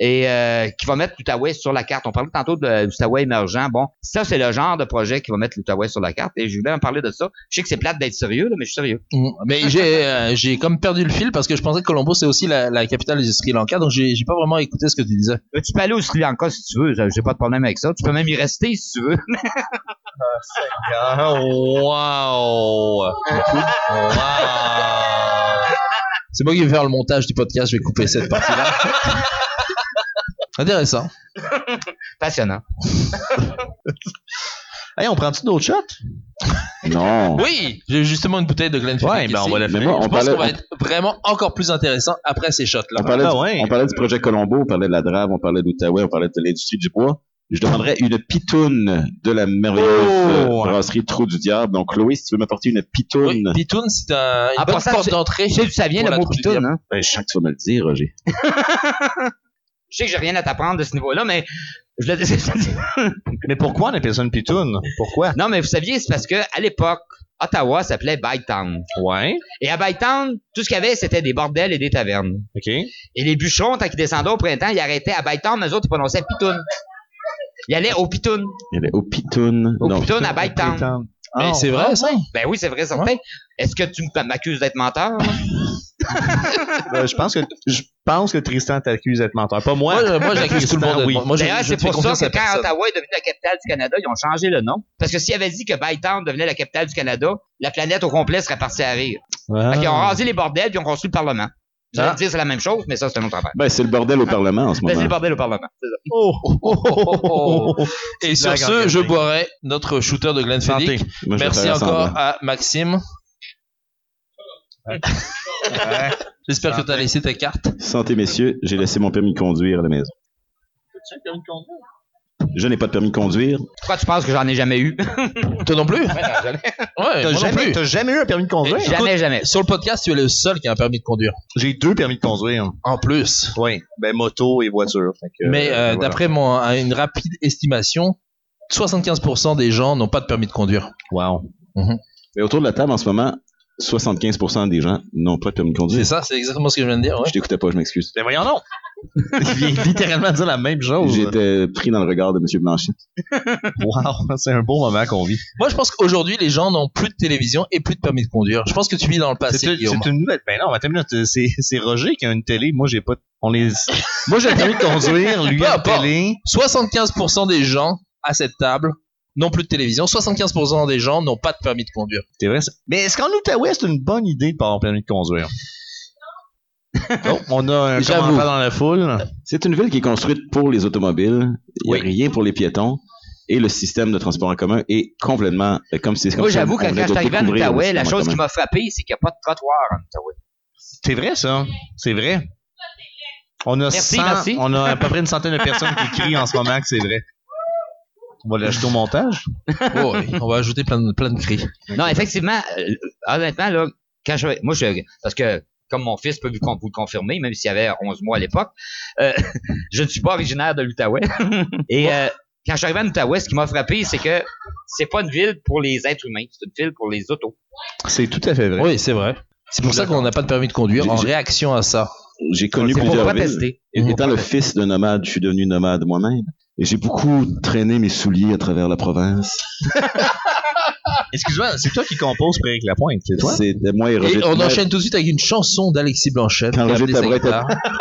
et euh, qui va mettre l'Outaouais sur la carte. On parlait tantôt de de l'Outaouais émergent. Bon, ça, c'est le genre de projet qui va mettre l'Outaouais sur la carte et je voulais en parler de ça. Je sais que c'est plate d'être sérieux, là, mais je suis sérieux.
Mm. Mais j'ai euh, j'ai comme perdu le fil parce que je pensais que Colombo c'est aussi la, la capitale du Sri Lanka, donc j'ai j'ai pas vraiment écouté ce que tu disais.
Euh, Tu peux aller au Sri Lanka si tu veux, ça, j'ai pas de problème avec ça. Tu peux même y rester si tu veux.
Ah, wow!
Oh,
Wow!
C'est moi qui vais faire le montage du podcast, je vais couper cette partie-là. Intéressant.
Passionnant.
Hey, on prend-tu d'autres shots?
Non.
Oui, j'ai justement une bouteille de Glenfiddich.
Ouais, ben, on
ici.
va la
Mais moi,
Je
on
pense
parlait,
qu'on va être vraiment encore plus intéressant après ces shots-là.
on parlait,
Ah
du,
ouais.
on parlait du projet Colombo, on parlait de la Drave, on parlait d'Outaouais, on parlait de l'industrie du bois. Je demanderais une pitoune de la merveilleuse
Oh!
euh, brasserie Trou du Diable. Donc, Chloé, si tu veux m'apporter une pitoune,
Oui, Pitoun, c'est un,
Ah,
une
En
bonne
passant,
porte d'entrée.
Tu sais d'où ça vient,
Pour
le
la
mot
troupe
pitoune, hein?
ben, je sens que tu vas me le dire, Roger.
Je sais que j'ai rien à t'apprendre de ce niveau-là, mais je voulais dire-
Mais pourquoi on appelle ça une pitoune? Pourquoi?
Non, mais vous saviez, c'est parce que à l'époque, Ottawa s'appelait Bytown.
Ouais.
Et à Bytown, tout ce qu'il y avait, c'était des bordels et des tavernes.
OK.
Et les bûcherons, quand ils descendaient au printemps, ils arrêtaient à Bytown, mais eux autres, ils prononçaient Pitoun. Ils allaient au Pitoun.
Il y avait au pitoune.
Au
non.
Pitoun à Bytown.
Ah,
Mais c'est vrai, ça.
Ben oui, c'est vrai, certain. Est-ce que tu m- m'accuses d'être menteur? là?
Euh, je pense que je pense que Tristan t'accuse d'être menteur. Pas moi.
Moi, je- moi j'accuse tout le monde. de-
Oui.
Moi, je,
D'ailleurs,
je
c'est
ne fais
pour ça
confiance
que
à
quand
personne.
Ottawa est devenue la capitale du Canada, ils ont changé le nom. Parce que s'ils avaient dit que Bytown devenait la capitale du Canada, la planète au complet serait partie à rire. Fait qu'ils ont
Ah.
rasé les bordels puis ils ont construit le Parlement. Je vais
Ah.
te dire, c'est la même chose, mais ça, c'est un autre affaire.
Ben, c'est le bordel au Parlement en ce
Ben, c'est
moment.
le bordel au Parlement. c'est ça.
Oh, oh, oh, oh, oh, oh.
Et sur
blague
ce,
engagée.
je boirai notre shooter de
Santé.
Glenfiddich.
Moi, je vais
Merci
faire ça en
encore
bas.
à Maxime.
Ouais.
J'espère que tu as laissé ta carte.
Santé, messieurs. J'ai laissé mon permis de conduire à la maison. Je n'ai pas de permis de conduire.
Pourquoi tu penses que j'en ai jamais eu?
Toi non plus Ouais, moi
T'as
non
jamais,
plus. Eh,
t'as jamais eu un permis de conduire?
jamais, jamais.
Sur le podcast, tu es le seul qui a un permis de conduire.
J'ai deux permis de conduire.
En plus.
Oui. Ben, moto et voiture. Fait que, ben,
Mais euh,
voilà.
d'après mon, à une rapide estimation, 75% des gens n'ont pas de permis de conduire.
Wow.
Mais autour de la table en ce moment, 75% des gens n'ont pas de permis de
C'est
conduire.
ça, c'est exactement ce que je viens de dire. ouais.
Je t'écoutais pas, je m'excuse.
Ben, voyons non. Il vient littéralement dire la même
Oh, euh.
chose.
J'étais pris dans le regard de Monsieur Blanchet.
Wow. C'est un beau moment qu'on vit.
Moi, je pense qu'aujourd'hui, les gens n'ont plus de télévision et plus de permis de conduire. Je pense que tu vis dans le
C'est
passé,
une,
Ah, Guillaume.
c'est une nouvelle. Ben non, attends une minute. C'est, c'est Roger qui a une télé. Moi, j'ai pas. On les. Moi, j'ai le permis de conduire. Lui,
Peu
a une
importe.
télé.
75% des gens à cette table n'ont plus de télévision. 75% des gens n'ont pas de permis de conduire.
C'est vrai. ça. Mais est-ce qu'en Outaouais, c'est une bonne idée de pas avoir permis de conduire? Oh, on a un
J'avoue.
commentaire dans la foule.
C'est une ville qui est construite pour les automobiles. Il n'y
Oui.
a rien pour les piétons. Et le système de transport en commun est complètement euh, comme si c'est comme
Moi,
si on-
j'avoue que
on
quand
venait
je
de
suis arrivé en
découvrir le
Outaouais, la
système en
chose qui
commun.
m'a frappé, c'est qu'il n'y a pas de trottoir en Outaouais.
C'est vrai, ça. C'est vrai. On a,
Merci,
100
merci.
on a à peu près une centaine de personnes qui crient en ce moment que c'est vrai. On va l'ajouter au montage.
Oh, oui, on va ajouter plein de, plein de cris.
Non, effectivement, euh, honnêtement, là, quand je. Moi, je. Parce que, comme mon fils peut vous, con- vous le confirmer, même s'il avait 11 mois à l'époque, euh, je ne suis pas originaire de l'Outaouais. Et euh, quand je suis arrivé en Outaouais, ce qui m'a frappé, c'est que c'est pas une ville pour les êtres humains, c'est une ville pour les autos.
C'est tout à fait vrai.
Oui, c'est vrai. C'est pour ça qu'on n'a pas de permis de conduire
J'ai-
en
j'ai-
réaction à ça.
J'ai connu
C'est pour
plusieurs villes.
protester.
Et- Étant le fils d'un nomade, je suis devenu nomade moi-même. Et j'ai beaucoup traîné mes souliers à travers la province.
Excuse-moi, c'est toi qui compose Péric Lapointe, c'est toi?
C'était moi et Roger.
Et on
Tabret.
enchaîne tout de suite avec une chanson d'Alexis Blanchet.
Quand Roger Tabret était-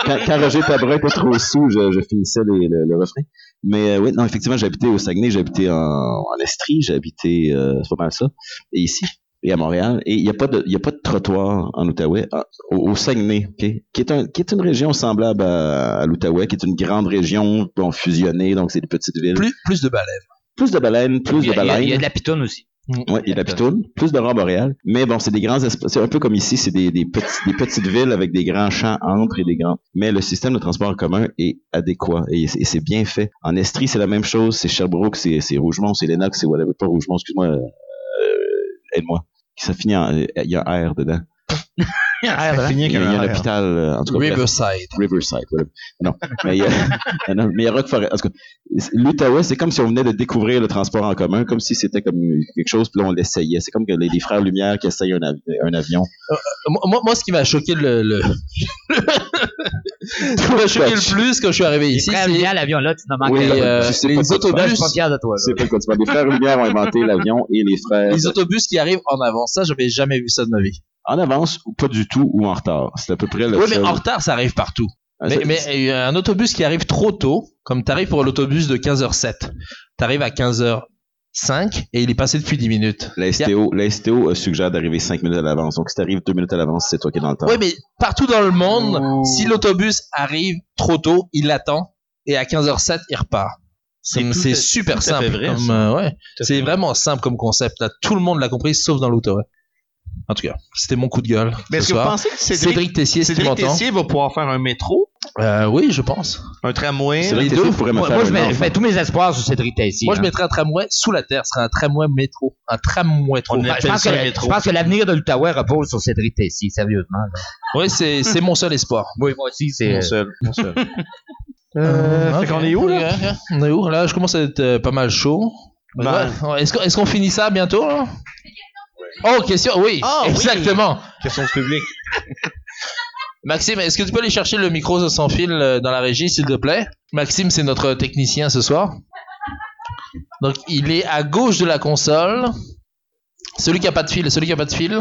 Quand, quand Roger Tabret était trop sous, je, je finissais les- le, le refrain. Mais euh, oui, non, effectivement, j'habitais au Saguenay, j'habitais en, en Estrie, j'habitais, euh, c'est pas mal ça, et ici, et à Montréal. Et il n'y a, pas de- il y a pas de trottoir en Outaouais, en- au, au Saguenay, ok, qui, est un, qui est une région semblable à, à l'Outaouais, qui est une grande région, bon, fusionnée, donc c'est des petites villes. Plus,
Plus, plus de balais.
de baleines, plus
Il y, a,
de
il y a- il y a
baleines.
de la pitoune aussi.
Ouais, et de la Pitoune, plus d'aurore boréale. Mais bon, c'est des grands espaces. C'est un peu comme ici, c'est des, des, petits- des petites villes avec des grands champs entre et des grands. Mais le système de transport en commun est adéquat et, c'est- et c'est bien fait. En Estrie, c'est la même chose. C'est Sherbrooke, c'est c'est Rougemont, c'est Lennox, c'est whatever. Pas Rougemont, excuse-moi. euh, aide-moi. Ça finit en, il y a un R dedans.
Ça finit
Il y
avec
a, il y a
un
un
R.
hôpital, euh, en tout cas. bref.
Riverside.
Riverside, whatever. Non, mais il y a, non, mais il y a Rock Forest. En tout cas, l'Outaouais, c'est comme si on venait de découvrir le transport en commun, comme si c'était comme quelque chose, puis là, on l'essayait. C'est comme que les, les frères Lumière qui essayent un, avi- un avion.
Moi, moi- moi, ce qui m'a choqué le, le... ce qui m'a
Ben,
choqué le plus quand je suis arrivé ici,
Ici,
c'est
à l'avion là, tu n'en manques
Oui, ben,
les,
pas.
euh,
Je sais pas
les
quoi te
Là, Ben,
autobus.
je suis pas fier de toi. là.
C'est pas quoi tu parles. Les frères Lumière ont inventé l'avion et les frères
Les autobus qui arrivent en avance, ça j'avais jamais vu ça de ma vie.
en avance ou pas du tout ou en retard. C'est à peu près le
Oui, mais
seul-
en retard, ça arrive partout.
Ah,
Mais,
c'est-
mais, euh, un autobus qui arrive trop tôt, comme t'arrives pour l'autobus de 15h07, t'arrives à 15h05 et il est passé depuis 10 minutes.
la STO, la STO, euh, suggère d'arriver 5 minutes à l'avance. Donc, si t'arrives 2 minutes à l'avance, c'est toi qui es dans le temps.
Oui, mais partout dans le monde, si l'autobus arrive trop tôt, il l'attend et à 15h07, il repart.
C'est
Comme
tout
C'est
à-
super
tout à
simple.
fait vrai,
comme,
ça.
euh, ouais.
à
C'est
fait.
vraiment simple comme concept. Là. Tout le monde l'a compris, sauf dans l'autoré. En tout cas, c'était mon coup de gueule. ce
Mais est-ce que vous
soir.
pensez que Cédric,
Cédric Tessier, si tu
Cédric
m'entends.
Tessier va pouvoir faire un métro,
Euh, oui, je pense.
un tramway?
C'est vrai
les
que
deux,
tu pourrais me
Moi,
faire
moi, je,
un
mets,
enfant.
je mets tous mes espoirs sur Cédric Tessier.
Moi, je
hein.
mettrais un tramway sous la terre. Ce serait un tramway métro. Un tramway trop.
On
Bah, je,
appelle
pense que,
ça le
je
métro.
pense que l'avenir de l'Outaouais repose sur Cédric Tessier, sérieusement. là.
Oui, c'est c'est mon seul espoir.
Moi, moi aussi, c'est.
Mon seul. Mon seul. Euh,
Ok.
fait qu'on est où, là?
Ok, ok. On est où là Je commence à être euh, pas mal chaud.
Ben.
Ouais. Ouais. Est-ce qu'on est-ce qu'on finit ça bientôt là Oh, question, oui,
Ah, oui.
exactement.
Question du public.
Maxime, est-ce que tu peux aller chercher le micro sans fil euh, dans la régie, s'il te plaît Maxime, c'est notre technicien ce soir. Donc, il est à gauche de la console. Celui qui a pas de fil, celui qui a pas de fil.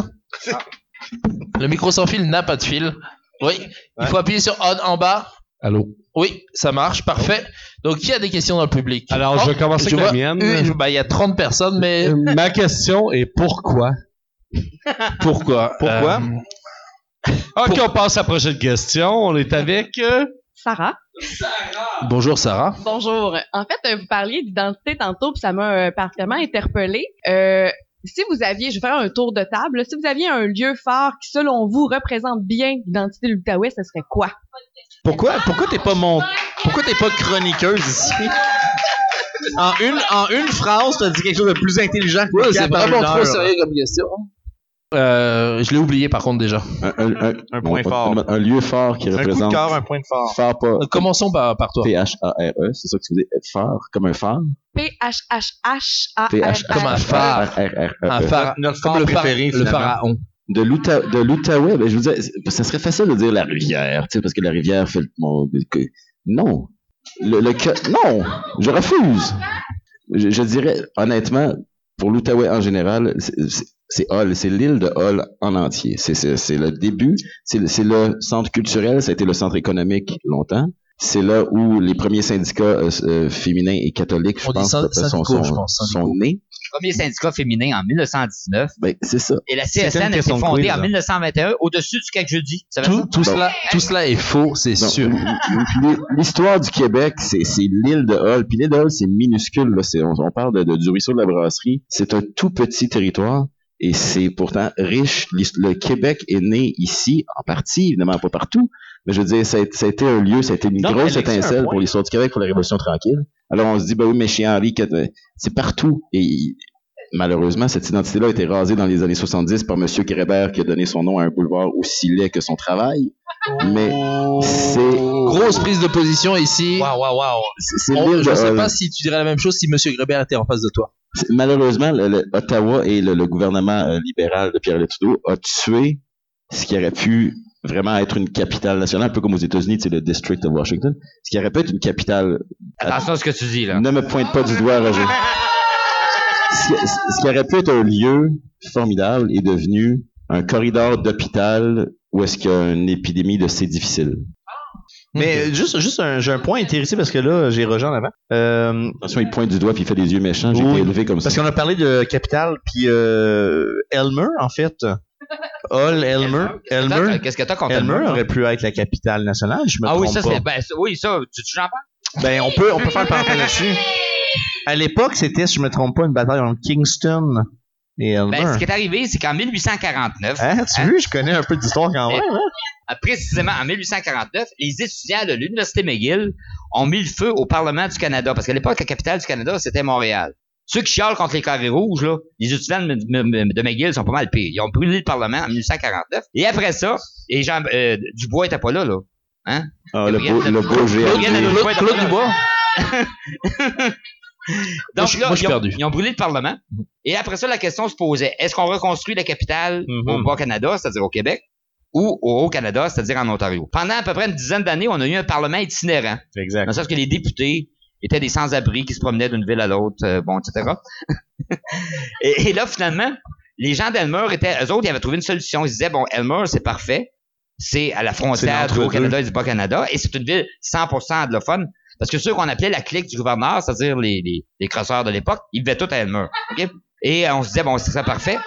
Le micro sans fil n'a pas de fil. Oui, il faut appuyer sur on en bas.
Allô?
Oui, ça marche, parfait. Donc, qui a des questions dans le public
Alors, je vais commencer
je
avec la
vois
mienne.
une- bah, Il y a 30 personnes, mais
Euh, Ma question est pourquoi?
pourquoi
Pourquoi
Euh,
Ok, on passe à la prochaine question. On est avec. euh,
Sarah.
Bonjour Sarah.
Bonjour. En fait, euh, vous parliez d'identité tantôt, puis ça m'a euh, particulièrement interpellée. Euh, si vous aviez, je vais faire un tour de table, là. si vous aviez un lieu fort qui, selon vous, représente bien l'identité de l'Outaouais, ce serait quoi?
Pourquoi, pourquoi t'es pas mon, pourquoi t'es pas chroniqueuse ici? En une, en une phrase, t'as dit quelque chose de plus intelligent que
Ouais,
quatre
c'est
en
vraiment
une
trop
heure.
sérieux comme question. Euh, je l'ai oublié par contre déjà.
Un, un- un-
Un point
non,
fort.
Un, un lieu fort qui
Un coup de
représente.
cœur, un point de fort.
Fort, pas
Euh, Commençons par, par toi.
P-H-A-R-E, E, c'est ça que tu veux dire, être phare, comme un phare.
P-H-H-H-A.
P-H-
Comme un phare. Un
R-R-R-E.
phara-
Notre
comme
phare
le, phara-
préféré,
le
finalement.
pharaon.
De l'Outa- de l'Outaouais, ben, je vous disais, c'est- ça serait facile de dire la rivière, tu sais, parce que la rivière fait le. mon- le- que- non. Le, le que- non, je refuse. Je, je dirais, honnêtement, pour l'Outaouais en général, c'est- c'est- c'est Hall, c'est l'île de Hall en entier. C'est- C'est c'est le début, c'est le- c'est le centre culturel, ça a été le centre économique longtemps. C'est là où les premiers syndicats euh, euh, féminins et catholiques, je
On dit
pense,
syn-
sont,
syndicaux,
sont-
je pense,
sont nés.
Premier syndicat féminin en 1919.
Ben, c'est ça.
Et la
C'était une
CSN a été
question de
fondée
quiz,
en
hein.
1921 au-dessus du quelques jeudi. Ça va
Tout, tout
Bon.
cela, tout cela est faux, c'est
Non,
sûr.
l- l- L'histoire du Québec, c'est c'est l'île de Hall. Puis l'île de Hall, c'est minuscule. Là. C'est- On, on parle de, de- du ruisseau de la brasserie. C'est un tout petit territoire. Et c'est pourtant riche. L'his- Le Québec est né ici, en partie, évidemment, pas partout. Mais je veux dire, ça a, ça a été un lieu, ça a été une
Non, mais
grosse
Alexis a un
étincelle
point.
pour l'histoire du Québec, pour la Révolution tranquille. Alors on se dit, ben oui, mais chez Henri, que- euh, c'est partout. Et il- malheureusement, cette identité-là a été rasée dans les années 70 par M. Grébert qui a donné son nom à un boulevard aussi laid que son travail. Mais
Oh.
c'est
Oh,
Grosse prise de position
Mm.
ici.
Waouh, waouh, waouh.
c'est c'est
On-
l'île
je
de
ne sais
Hall.
pas si tu dirais la même chose si Monsieur Grébert était en face de toi.
C'est- Malheureusement, le- le- Ottawa et le, le gouvernement euh, libéral de Pierre Trudeau a tué ce qui aurait pu vraiment être une capitale nationale, un peu comme aux États-Unis, c'est le District of Washington, ce qui aurait pu être une capitale.
Attention à ce que tu dis, là.
Ne me pointe pas du doigt, Roger. Ce, qui- ce qui aurait pu être un lieu formidable est devenu un corridor d'hôpital où est-ce qu'il y a une épidémie de c'est difficile.
Mais euh, juste, juste un, j'ai un point intéressé parce que là, j'ai rejoint en avant. Euh,
Attention, il pointe du doigt puis il fait des yeux méchants. J'ai
Oui.
été élevé comme ça.
parce qu'on a parlé de Capital, puis euh, Elmer, en fait. Hall, Elmer. Elmer.
Attends, Qu'est-ce que t'as contre
Elmer
Elmer?
aurait pu être la capitale nationale, je me
Ah oui,
trompe
ça,
pas.
c'est. Ben, ça- oui, ça, tu, tu en parles?
Ben, on peut, on peut faire un parenthèse là-dessus. À l'époque, c'était, si je me trompe pas, une bataille entre Kingston et Elmer.
Ben, ce qui est arrivé, c'est qu'en 1849,
Hein, tu
Hein?
veux, je connais un peu d'histoire quand même.
Ah, précisément en 1849, les étudiants de l'Université McGill ont mis le feu au Parlement du Canada, parce qu'à l'époque, la capitale du Canada, c'était Montréal. Ceux qui chialent contre les carrés rouges, là, les étudiants de, de- de McGill sont pas mal pires. Ils ont brûlé le Parlement en 1849. Et après ça, et Jean, euh, Dubois était pas là, là.
Ah, le
Gabriel
beau, le beau
Gabriel
GRD.
Nadeau-
Claude, Claude Dubois. Moi,
Donc
je-
là,
moi, je suis
ils, ont,
perdu. Mhm.
ils ont brûlé le Parlement. Et après ça, la question se posait est-ce qu'on reconstruit la capitale
Mhm.
au Bas-Canada, c'est-à-dire au Québec, ou au Haut-Canada, c'est-à-dire en Ontario Pendant à peu près une dizaine d'années, on a eu un Parlement itinérant, dans
Exact.
le sens que les députés étaient des sans-abri qui se promenaient d'une ville à l'autre, euh, bon, etc. et, et là, finalement, les gens d'Elmer étaient, eux autres, ils avaient trouvé une solution. Ils se disaient bon, Elmer, c'est parfait, c'est à la frontière du
l'entre-deux.
Haut-Canada et du Bas-Canada, et c'est une ville 100% anglophone. Parce que ceux qu'on appelait la clique du gouverneur, c'est-à-dire les, les, les crosseurs de l'époque, ils devaient tout à Elmer. ok? Et euh, on se disait, bon, c'est ça parfait.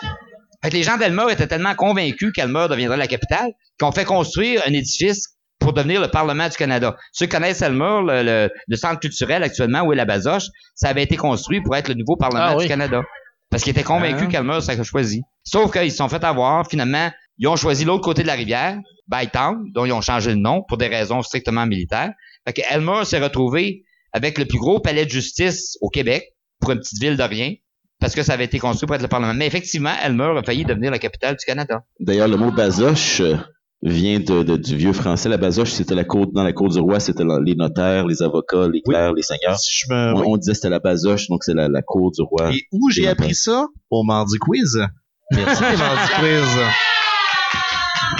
Fait que les gens d'Elmer étaient tellement convaincus qu'Elmer deviendrait la capitale qu'on fait construire un édifice pour devenir le Parlement du Canada. Ceux qui connaissent Elmer, le, le- le centre culturel actuellement où est la Basoche, ça avait été construit pour être le nouveau Parlement
Ah
du
oui. Ah.
Canada. Parce qu'ils étaient convaincus qu'Elmer serait choisi. Sauf qu'ils se sont fait avoir, finalement, ils ont choisi l'autre côté de la rivière, Bytown, dont ils ont changé le nom pour des raisons strictement militaires. Fait que Elmer s'est retrouvé avec le plus gros palais de justice au Québec pour une petite ville de rien parce que ça avait été construit pour être le Parlement. Mais effectivement, Elmer a failli devenir la capitale du Canada.
D'ailleurs, le mot basoche euh, vient de, de- du vieux français. La basoche, c'était la cour, dans la cour du roi, c'était la- les notaires, les avocats, les clercs, les seigneurs.
Si je me-
On,
Ah oui.
on disait c'était la basoche, donc c'est la, la cour du roi.
Et où j'ai
Et
appris ça? Au Mardi Quiz. Merci, les Mardi Quiz.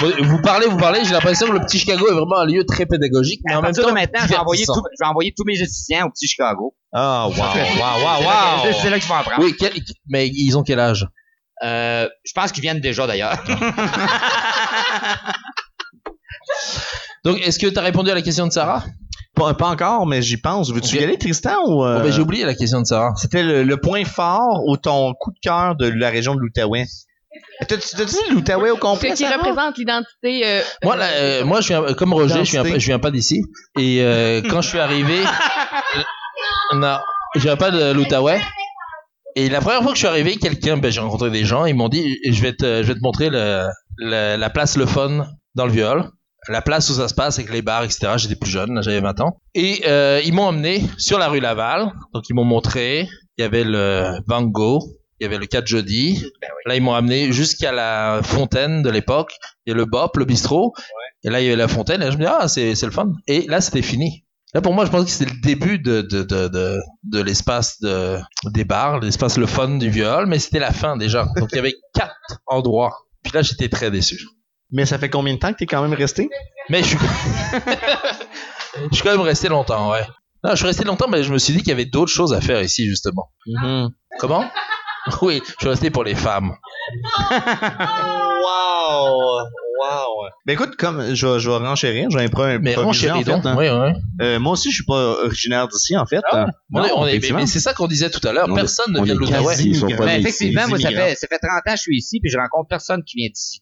Vous- Vous parlez, vous parlez, j'ai l'impression que le petit Chicago est vraiment un lieu très pédagogique, mais
À
en même
partir
temps,
de maintenant, je vais, envoyer
divertissant.
tout- je vais envoyer tous mes étudiants au petit Chicago.
Ah, wow, wow,
C'est là que- C'est là qu'ils vont apprendre.
Oui, quel- mais ils ont quel âge
Euh, je pense qu'ils viennent déjà d'ailleurs.
Donc, est-ce que tu as répondu à la question de Sarah
Pas, pas encore, mais j'y pense. Veux-tu
Ok.
y aller, Tristan? Ou, euh,
Oh, ben, J'ai oublié la question de Sarah.
C'était le, le point fort ou ton coup de cœur de la région de l'Outaouais? T'as- T'as dit l'Outaouais au complet?
Ce qui
Sarah?
représente l'identité. euh,
Moi, là, euh, moi, je suis un- comme Roger, je, suis un-
Identité.
je viens pas d'ici. Et euh, quand je suis arrivé, non, je viens pas de l'Outaouais. Et la première fois que je suis arrivé, quelqu'un, ben, j'ai rencontré des gens, ils m'ont dit, je vais te, je vais te montrer le, le- la place Le Fun dans le Viol, la place où ça se passe avec les bars, etc. J'étais plus jeune, là, j'avais 20 ans. Et euh, ils m'ont emmené sur la rue Laval. Donc ils m'ont montré, il y avait le Van Gogh, il y avait le 4 jeudi. Là ils m'ont amené jusqu'à la fontaine de l'époque. Il y a le Bop, le bistrot. Et là, il y avait la fontaine. Et je me dis, ah, c'est, c'est le fun. Et là, c'était fini. Là, pour moi, je pense que c'était le début de, de, de, de, de l'espace de, des bars, l'espace le fun du viol, mais c'était la fin déjà. Donc, il y avait quatre endroits. Puis là, j'étais très déçu.
Mais ça fait combien de temps que t'es quand même resté?
Mais je suis. je suis quand même resté longtemps, ouais. Non, je suis resté longtemps, mais je me suis dit qu'il y avait d'autres choses à faire ici, justement. Mhm. Comment Oui, je suis resté pour les femmes.
Wow! Wow! Ben écoute, comme je, vais- je vais renchérir, j'ai un peu un
Mais on
provision, en
chérit donc.
fait, hein.
Oui, oui.
Euh, moi aussi, je suis pas originaire d'ici, en fait. Euh,
On est-
Non,
on est- mais,
effectivement.
mais c'est ça qu'on disait tout à l'heure.
On est-
Personne ne
on
vient de
est
l'Outaouais.
quasi, ils sont
Ben,
pas
Mais
nés
effectivement,
les
moi, ça
immigrants.
fait, ça fait 30 ans que je suis ici, puis je rencontre personne qui vient d'ici.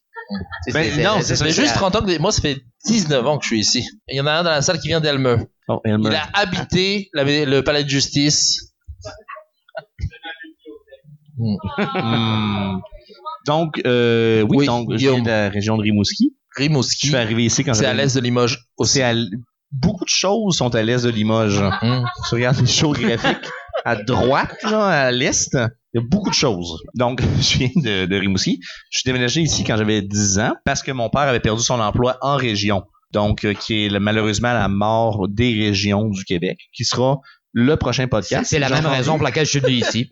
C'est-
Ben,
c'est-
non,
c'est-
Ça fait
c'est-
juste 30 ans que moi, ça fait 19 ans que je suis ici. Il y en a un dans la salle qui vient d'Elmeux.
Oh, Elmer.
Il a habité la- le palais de justice.
Hmm. Donc, euh, oui,
Oui,
donc, je
Guillaume.
viens de la région de Rimouski. Je
Rimouski,
suis arrivé ici quand
c'est
j'avais-
à l'est de Limoges aussi.
C'est à l- Beaucoup de choses sont à l'est de Limoges.
Mm.
tu regardes les shows graphiques à droite, là, à l'est, il y a beaucoup de choses. Donc, je viens de, de Rimouski. Je suis déménagé ici quand j'avais 10 ans parce que mon père avait perdu son emploi en région. Donc, euh, qui est le- malheureusement la mort des régions du Québec, qui sera le prochain podcast.
C'est la même raison pour laquelle je suis venu ici.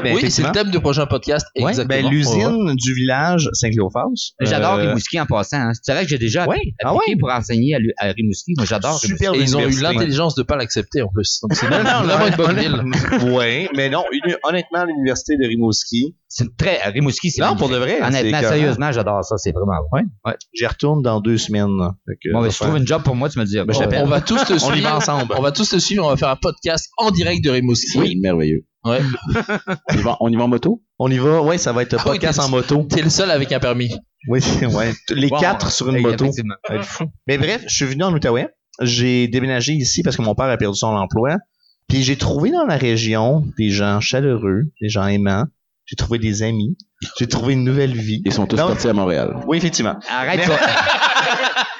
oui,
ben,
c'est le
effectivement.
thème du prochain podcast.
Ouais,
exactement.
ben, l'usine du village Saint-Cléophas.
J'adore
Euh,
Rimouski en passant. hein. C'est vrai que j'ai déjà
Ouais,
appliqué
ah ouais.
pour enseigner à, Lu- à Rimouski. Moi, j'adore Rimouski.
Superbe
Oh, Et ils ont eu
université.
l'intelligence de ne pas l'accepter en plus. Donc, c'est
Non, non,
vraiment
non,
une bonne ville.
honnêtement- Ouais, mais non, une- honnêtement, l'université de Rimouski.
C'est une très Rimouski, c'est
Non, pour de vrai. c'est
Honnêtement,
écœurant.
sérieusement, j'adore ça. C'est vraiment vrai.
J'y retourne dans deux semaines. Fait que-
Bon, ben, si tu trouves une job pour moi, tu me le dis.
On-
je t'appelle.
on va tous te suivre.
On y va ensemble.
On va tous te suivre. On va faire un podcast en direct de Rimouski.
Oui, merveilleux.
Ouais.
on, y va, on y va en moto?
On y va, ouais, ça va être
Ah oui,
podcast
t'es-
en moto.
T'es le seul avec un permis.
Oui, ouais. t- Les
Bon,
quatre sur une
Hey,
moto.
effectivement.
Ça va être fou. Mais bref, je suis venu en Outaouais. J'ai déménagé ici parce que mon père a perdu son emploi. Puis j'ai trouvé dans la région des gens chaleureux, des gens aimants. J'ai trouvé des amis. J'ai trouvé une nouvelle vie.
Ils sont tous
Non.
partis à Montréal.
Oui, effectivement.
Arrête, tu vas-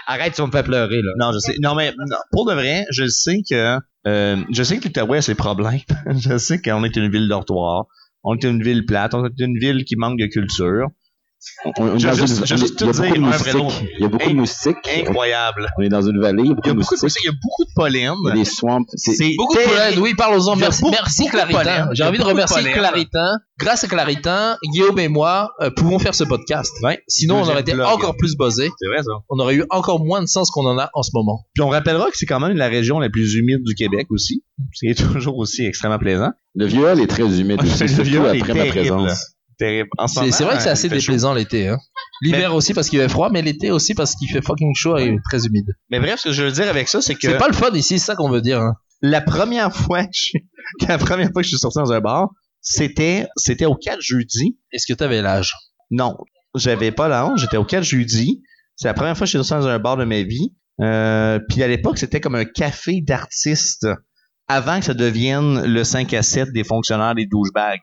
Arrête, tu vas me faire pleurer, là.
Non, je sais. Non, mais non, pour de vrai, je sais que euh, je sais que l'Outaouais a ses problèmes. je sais qu'on est une ville dortoir, on est une ville plate, on est une ville qui manque de culture.
On- on est
Je
dans
veux juste-
une-
je veux juste
il y a
te dire
beaucoup de
un vrai nom.
moustiques. Il y a beaucoup de
Hey,
moustiques.
Incroyable.
On est dans une vallée, il y a beaucoup
Il y a
de
beaucoup de
moustiques.
moustiques, il y a beaucoup de
Il y a
pollen.
des swamps. C'est-
Beaucoup de
terrible.
pollen, oui, parlons-en.
Il y a
Merci,
beaucoup-
merci
beaucoup de
Claritin.
pollen.
J'ai
Il y a
envie de
beaucoup de
remercier
pollen.
Claritin. Grâce à Claritin, Guillaume et moi euh, pouvons faire ce podcast.
Ouais.
Sinon, on
Deuxième
aurait été
blog.
encore plus buzzés.
C'est vrai, ça.
On aurait eu encore moins de sens qu'on en a en ce moment.
Puis on rappellera que c'est quand même la région la plus humide du Québec aussi. C'est toujours aussi extrêmement plaisant.
Le viol est très humide aussi,
Le
surtout
viol est
après ma
terrible.
présence.
Terrible. En ce
C'est
moment,
c'est vrai que c'est
euh,
assez
il fait
déplaisant l'été. Hein. L'hiver aussi parce qu'il fait froid, mais l'été aussi parce qu'il fait fucking chaud et très humide.
chaud. Mais bref, ce que je veux dire avec ça, c'est que
C'est pas le fun ici, c'est ça qu'on veut dire. hein.
la première fois que je, la première fois que je suis sorti dans un bar, c'était c'était au 4 jeudi.
Est-ce que t'avais l'âge
Non, j'avais pas la honte, j'étais au 4 jeudi. C'est la première fois que je suis sorti dans un bar de ma vie. Euh, puis à l'époque, c'était comme un café d'artistes avant que ça devienne le 5 à 7 des fonctionnaires des douchebags.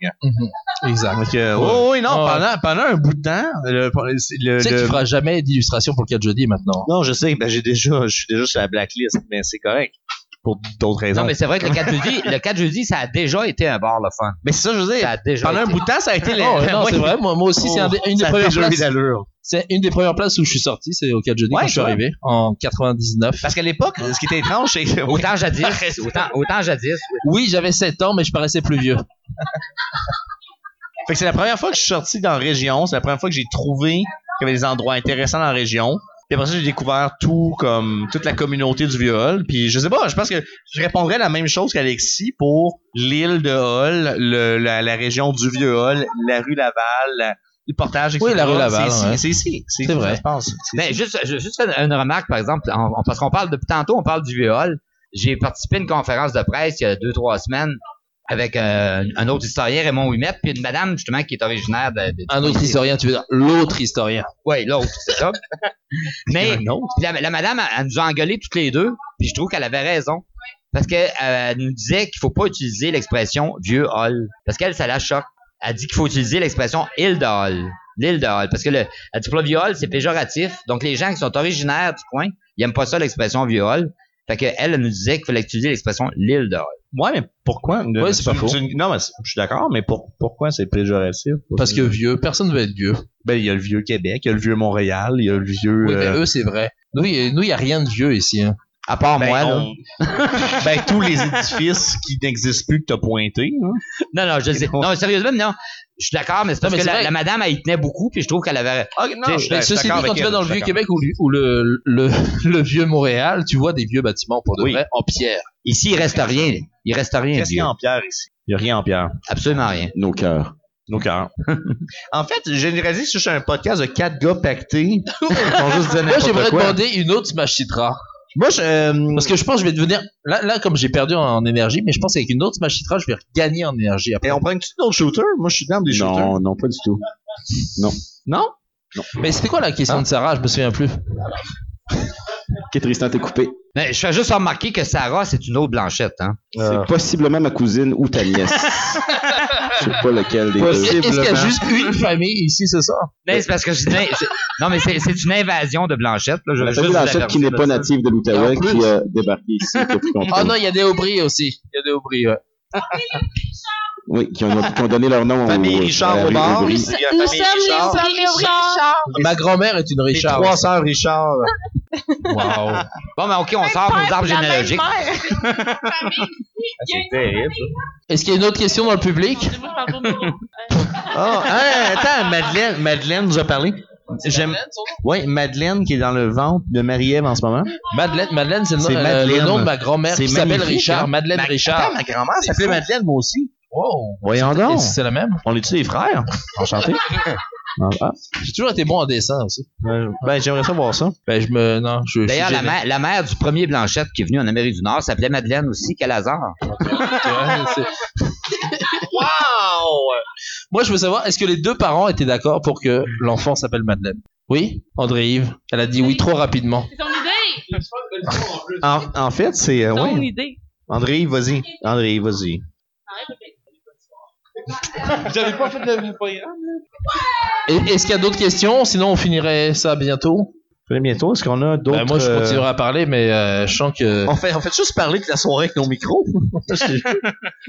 Exact.
Donc, euh, oh, oui, non,
Ouais.
pendant, pendant un bout de temps, le, le-
Tu sais
Euh, le-
qu'il fera jamais d'illustration pour le 4 jeudi maintenant.
Non, je sais, ben j'ai déjà, je suis déjà sur la blacklist, mais c'est correct. Pour d'autres
Non,
raisons. mais
mais c'est vrai que le 4 jeudi, le 4 jeudi, ça a déjà été un bar, le fun.
c'est ça, je veux
Ça
dire.
a déjà
Pendant un
été.
bout de temps, ça a été les.
Oh, non, c'est vrai. Moi, moi aussi, c'est un des- une des
ça a
premières
déjà eu
places.
d'allure.
C'est une des premières places où je suis sorti, c'est au 4 jeudi
Ouais,
quand je suis
ouais.
arrivé en 99.
Parce qu'à l'époque, ce qui était étrange, c'est que oui,
Autant jadis, autant, autant jadis, oui.
Oui, j'avais 7 ans, mais je paraissais plus vieux.
fait que c'est la première fois que je suis sorti dans la région, c'est la première fois que j'ai trouvé qu'il y avait des endroits intéressants dans la région. Puis après ça, j'ai découvert tout, comme toute la communauté du viol. Puis je sais pas, je pense que je répondrais la même chose qu'Alexis pour l'île de Hall, le- la, la région du vieux Hall, la rue Laval, la- le portage, etc.
Oui, la rue Laval,
C'est ici,
ouais.
c'est ici, c'est
C'est
ici que
vrai.
ça se passe. C'est
Ben, juste, je- juste faire une remarque, par exemple, en- en- parce qu'on parle depuis tantôt, on parle du vieux hall. J'ai participé à une conférence de presse il y a deux, trois semaines avec euh, un autre historien, Raymond Ouimet, puis une madame, justement, qui est originaire de. de-
Un autre historien, tu veux dire l'autre historien.
Oui, l'autre, c'est ça.
Euh,
Mais la, la madame, elle, elle nous a engueulés toutes les deux, puis je trouve qu'elle avait raison. Parce qu'elle nous disait qu'il faut pas utiliser l'expression vieux hall. Parce qu'elle, ça la choque. Elle dit qu'il faut utiliser l'expression île de hall. L'île de hall. Parce que le, elle dit pas vieux hall, c'est péjoratif. Donc les gens qui sont originaires du coin, ils aiment pas ça l'expression vieux hall. Fait qu'elle, elle nous disait qu'il fallait utiliser l'expression l'île de hall.
Ouais, mais pourquoi?
Ouais, c'est pas
une-
faux.
une- non, mais c'est- je suis d'accord, mais pour- pourquoi c'est péjoratif?
Parce que vieux, personne ne veut être vieux.
Ben, il y a le vieux Québec, il y a le vieux Montréal, il y a le vieux.
Oui, ben,
euh,
mais eux, c'est vrai. Nous, il n'y a rien de vieux ici. hein.
À part
ben,
moi, là.
on- ben, tous les édifices qui n'existent plus que t'as pointé. hein.
Non, non, je sais. Non, sérieusement, non. Je suis d'accord, mais c'est
Non,
parce
mais
que
c'est
la,
vrai.
la madame, elle y tenait beaucoup, puis je trouve qu'elle avait.
T'sais,
Mais
je suis- je suis
ceci dit,
d'accord
quand
avec
tu vas
elle,
dans
je
le
suis
vieux
d'accord.
Québec ou, le- ou le, le, le vieux Montréal, tu vois des vieux bâtiments pour de
Oui.
vrai en pierre.
Ici, il reste rien. Il reste rien,
Qu'est-ce qu'il y
vieux.
a en pierre ici? Il n'y a rien en pierre.
Absolument rien.
Nos cœurs.
Nos cœurs. en fait, j'ai réalisé que je suis un podcast de quatre gars pactés. Ils juste
Moi,
dire n'importe
j'aimerais
quoi.
demander une autre Smash Citra.
Moi, je. euh,
Parce que je pense que je vais devenir. Là, là comme j'ai perdu en, en énergie, mais je pense qu'avec une autre Smash Citra, je vais gagner en énergie après.
Et on prend une petite autre shooter? Moi, je suis dans des shooters.
Non, non, pas du tout.
Non?
Mais c'était quoi la
Hein?
question de Sarah Je me souviens plus.
Ok, Tristan, t'es coupé.
Mais je fais juste remarquer que Sarah, c'est une autre blanchette, hein.
Euh.
C'est possiblement ma cousine ou ta nièce. Je sais pas lequel des deux.
Est-ce qu'il y a juste une famille ici ce soir
Mais c'est parce que je dis- c'est- Non, mais c'est, c'est une invasion de blanchette, là. Je veux
Ben,
La
juste
famille
vous
Blanchette qui
avertir
n'est
de
pas
ça.
native de
Et
l'Outaouais,
en plus-
qui a débarqué ici depuis
Oh
longtemps.
non, il y a des Aubry aussi. Il y a des Aubry, ouais.
Oui, qui ont, qui ont donné leur nom au- euh,
Famille
à la
Richard
rue
au bar.
Aubry.
Il y a famille Richard.
Ma grand-mère est une
Les
Richard.
trois sœurs Richard.
Wow.
Bon, ben, OK, on sort nos arbres généalogiques.
Ah, C'est terrible.
Est-ce qu'il y a une autre question dans le public
Ah, hein, attends, Madeleine, Madeleine nous a parlé. J'aime. Oui, Madeleine qui est dans le ventre de Marie-Ève en ce moment.
Madeleine, Madeleine c'est le, nom-
C'est
euh,
Madeleine.
le nom de ma grand-mère
C'est
qui s'appelle
magnifique,
Richard.
hein.
Madeleine
Ma-
Richard.
Attends, ma grand-mère s'appelait Madeleine, moi aussi.
Wow.
Voyons
Et
donc.
C'est la même
On est-tu des frères? Enchanté. Ah,
J'ai toujours été bon en dessin aussi.
ben, ben, j'aimerais ça voir ça.
Ben, je me. Non, je. je
D'ailleurs,
suis
la
gêné.
mère, la mère du premier blanchette qui est venue en Amérique du Nord s'appelait Madeleine aussi, quel hasard.
Ouais, c'est- Moi, je veux savoir, est-ce que les deux parents étaient d'accord pour que l'enfant s'appelle Madeleine Oui André-Yves Elle a dit oui trop rapidement.
C'est ton idée!
En, en fait, c'est. euh,
C'est ton
ouais.
idée.
André, vas-y. André, vas-y.
Et- Est-ce qu'il y a d'autres questions Sinon, on finirait ça bientôt.
Très bientôt. Est-ce qu'on a d'autres.
Ben, moi, je
euh,
continuerai à parler, mais euh, je sens que.
On fait, on fait juste parler de la soirée avec nos micros.
Là,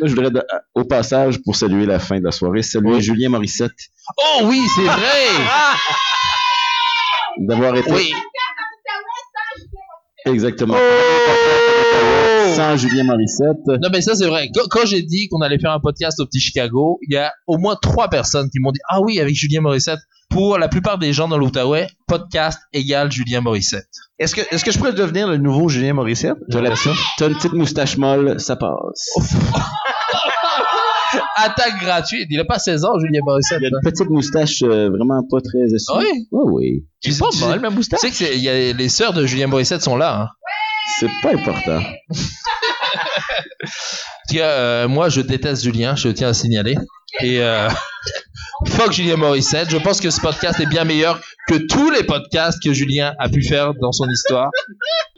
je voudrais, de- au passage, pour saluer la fin de la soirée, saluer Julien Morissette
Oh oui, c'est vrai!
d'avoir été
oui!
exactement sans Julien Morissette.
Non, mais ça, c'est vrai. Quand, quand j'ai dit qu'on allait faire un podcast au petit Chicago, il y a au moins trois personnes qui m'ont dit Ah oui, avec Julien Morissette. Pour la plupart des gens dans l'Outaouais, podcast égale Julien Morissette.
Est-ce que, est-ce que je pourrais devenir le nouveau Julien Morissette?
T'as la- t'as une petite moustache molle, ça passe.
Attaque gratuite. Il a pas 16 ans, Julien Morissette. hein.
Petite moustache euh, vraiment pas très
Ah
essuyée.
oui?
Oui, oui.
Tu sais- tu sais-
ma
Tu
moustache.
sais que c'est- il y a- les sœurs de Julien Morissette sont là. Hein.
C'est pas important.
Parce que, euh, moi, je déteste Julien, je tiens à signaler. Et euh, fuck Julien Morissette. Je pense que ce podcast est bien meilleur que tous les podcasts que Julien a pu faire dans son histoire.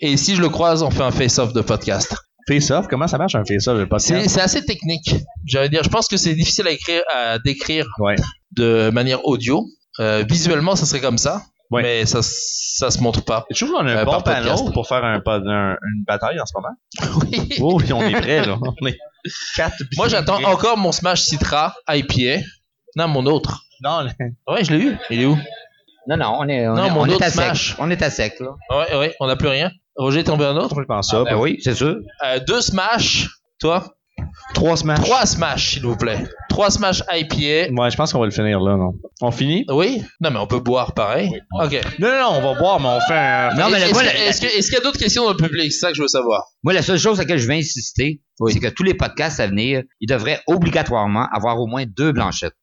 Et si je le croise, on fait un face-off de podcast.
Face-off, comment ça marche un face-off? Je pas
C'est c'est assez technique. J'allais dire, je pense que c'est difficile à écrire, à décrire
Ouais.
de manière audio. Euh, visuellement, ça serait comme ça,
Ouais.
mais ça, ça se montre pas.
Je trouve qu'on a un
Euh,
bon
par
panneau
podcast.
pour faire un, pod- un- une bataille en ce moment.
Oui.
Oh, oui, on est prêts, là. On est quatre
Moi, j'attends
Oh.
encore mon Smash Citra IPA. Non, mon autre.
Non, le-
Ouais, je l'ai eu. Il est où
Non, non, on est, on
Non,
est,
mon
on est
autre
à
smash.
sec. On est à sec, là.
Ouais, ouais, on n'a plus rien. Roger est tombé un autre.
complètement ça.
Ben oui, c'est sûr.
Euh, deux Smash. Toi
Trois semaines.
Trois Smash, s'il vous plaît. Trois Smash IPA.
Ouais, je pense qu'on va le finir là, non? On finit?
Oui Non, mais on peut boire pareil. Ok.
Non, non, non, on va boire, mais on fait un.
Non, mais
Est-ce
le- moi, la-
que- est-ce que- est-ce qu'il y a d'autres questions dans le public C'est ça que je veux savoir.
moi, la seule chose à laquelle je veux insister, c'est que tous les podcasts à venir, ils devraient obligatoirement avoir au moins deux blanchettes.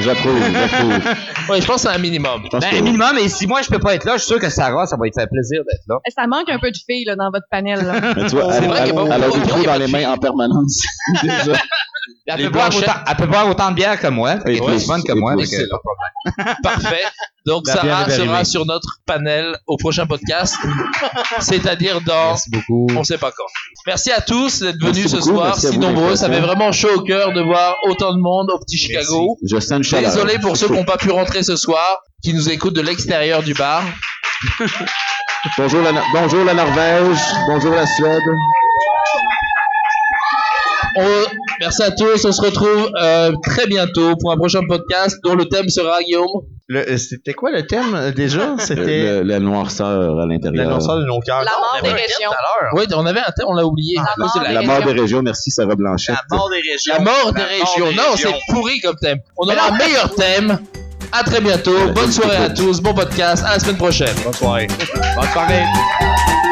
J'approuve, j'approuve.
Oui, je pense que c'est un minimum.
Je pense
Ben,
que-
minimum, et si moi je peux pas être là, je suis sûr que Sarah, ça va lui faire plaisir d'être là.
Ça manque un peu de filles là, dans votre panel. Là.
Mais tu vois,
C'est
elle,
vrai qu'il y a
elle-
pas
elle a
beaucoup-
du
il
trou
y a
dans
pas
les
de
mains en permanence. Déjà.
Elle
Les
peut, boire
blanchettes.
autant, elle peut boire autant de bière que moi, elle
Et
est
plus,
plus bonne que
et
moi.
plus.
fait que-
Parfait. Donc
La bière
Sarah
est
sera
arrivée.
sur notre panel au prochain podcast, c'est-à-dire dans
Merci beaucoup.
on sait pas quand. Merci à tous d'être
Merci
venus ce
beaucoup,
soir,
merci à
si
vous, les
nombreux. Ça
personnes.
fait vraiment chaud au cœur de voir autant de monde au petit Chicago.
Je sens une chaleur.
Désolé pour ceux qui n'ont pas pu rentrer ce soir, qui nous écoutent de l'extérieur du bar.
Bonjour la, bonjour la Norvège, bonjour la Suède.
On- Merci à tous. On se retrouve euh, très bientôt pour un prochain podcast dont le thème sera Guillaume.
Le- euh, C'était quoi le thème euh, déjà? C'était.
Le- le- la noirceur à l'intérieur.
L'annonceur de nos cœurs.
La mort
Non, on
des
avait un thème
régions.
tout à l'heure.
Oui, on avait un thème, on l'a oublié.
Ah,
À cause de la-
La mort des régions, merci Sarah Blanchette.
La mort des régions.
La mort des
La
régions. non,
régions.
c'est pourri comme thème. On aura un meilleur thème. À très bientôt. Bonne soirée à tous. Bon podcast. À la semaine prochaine.
Bonne soirée.
Bonne soirée.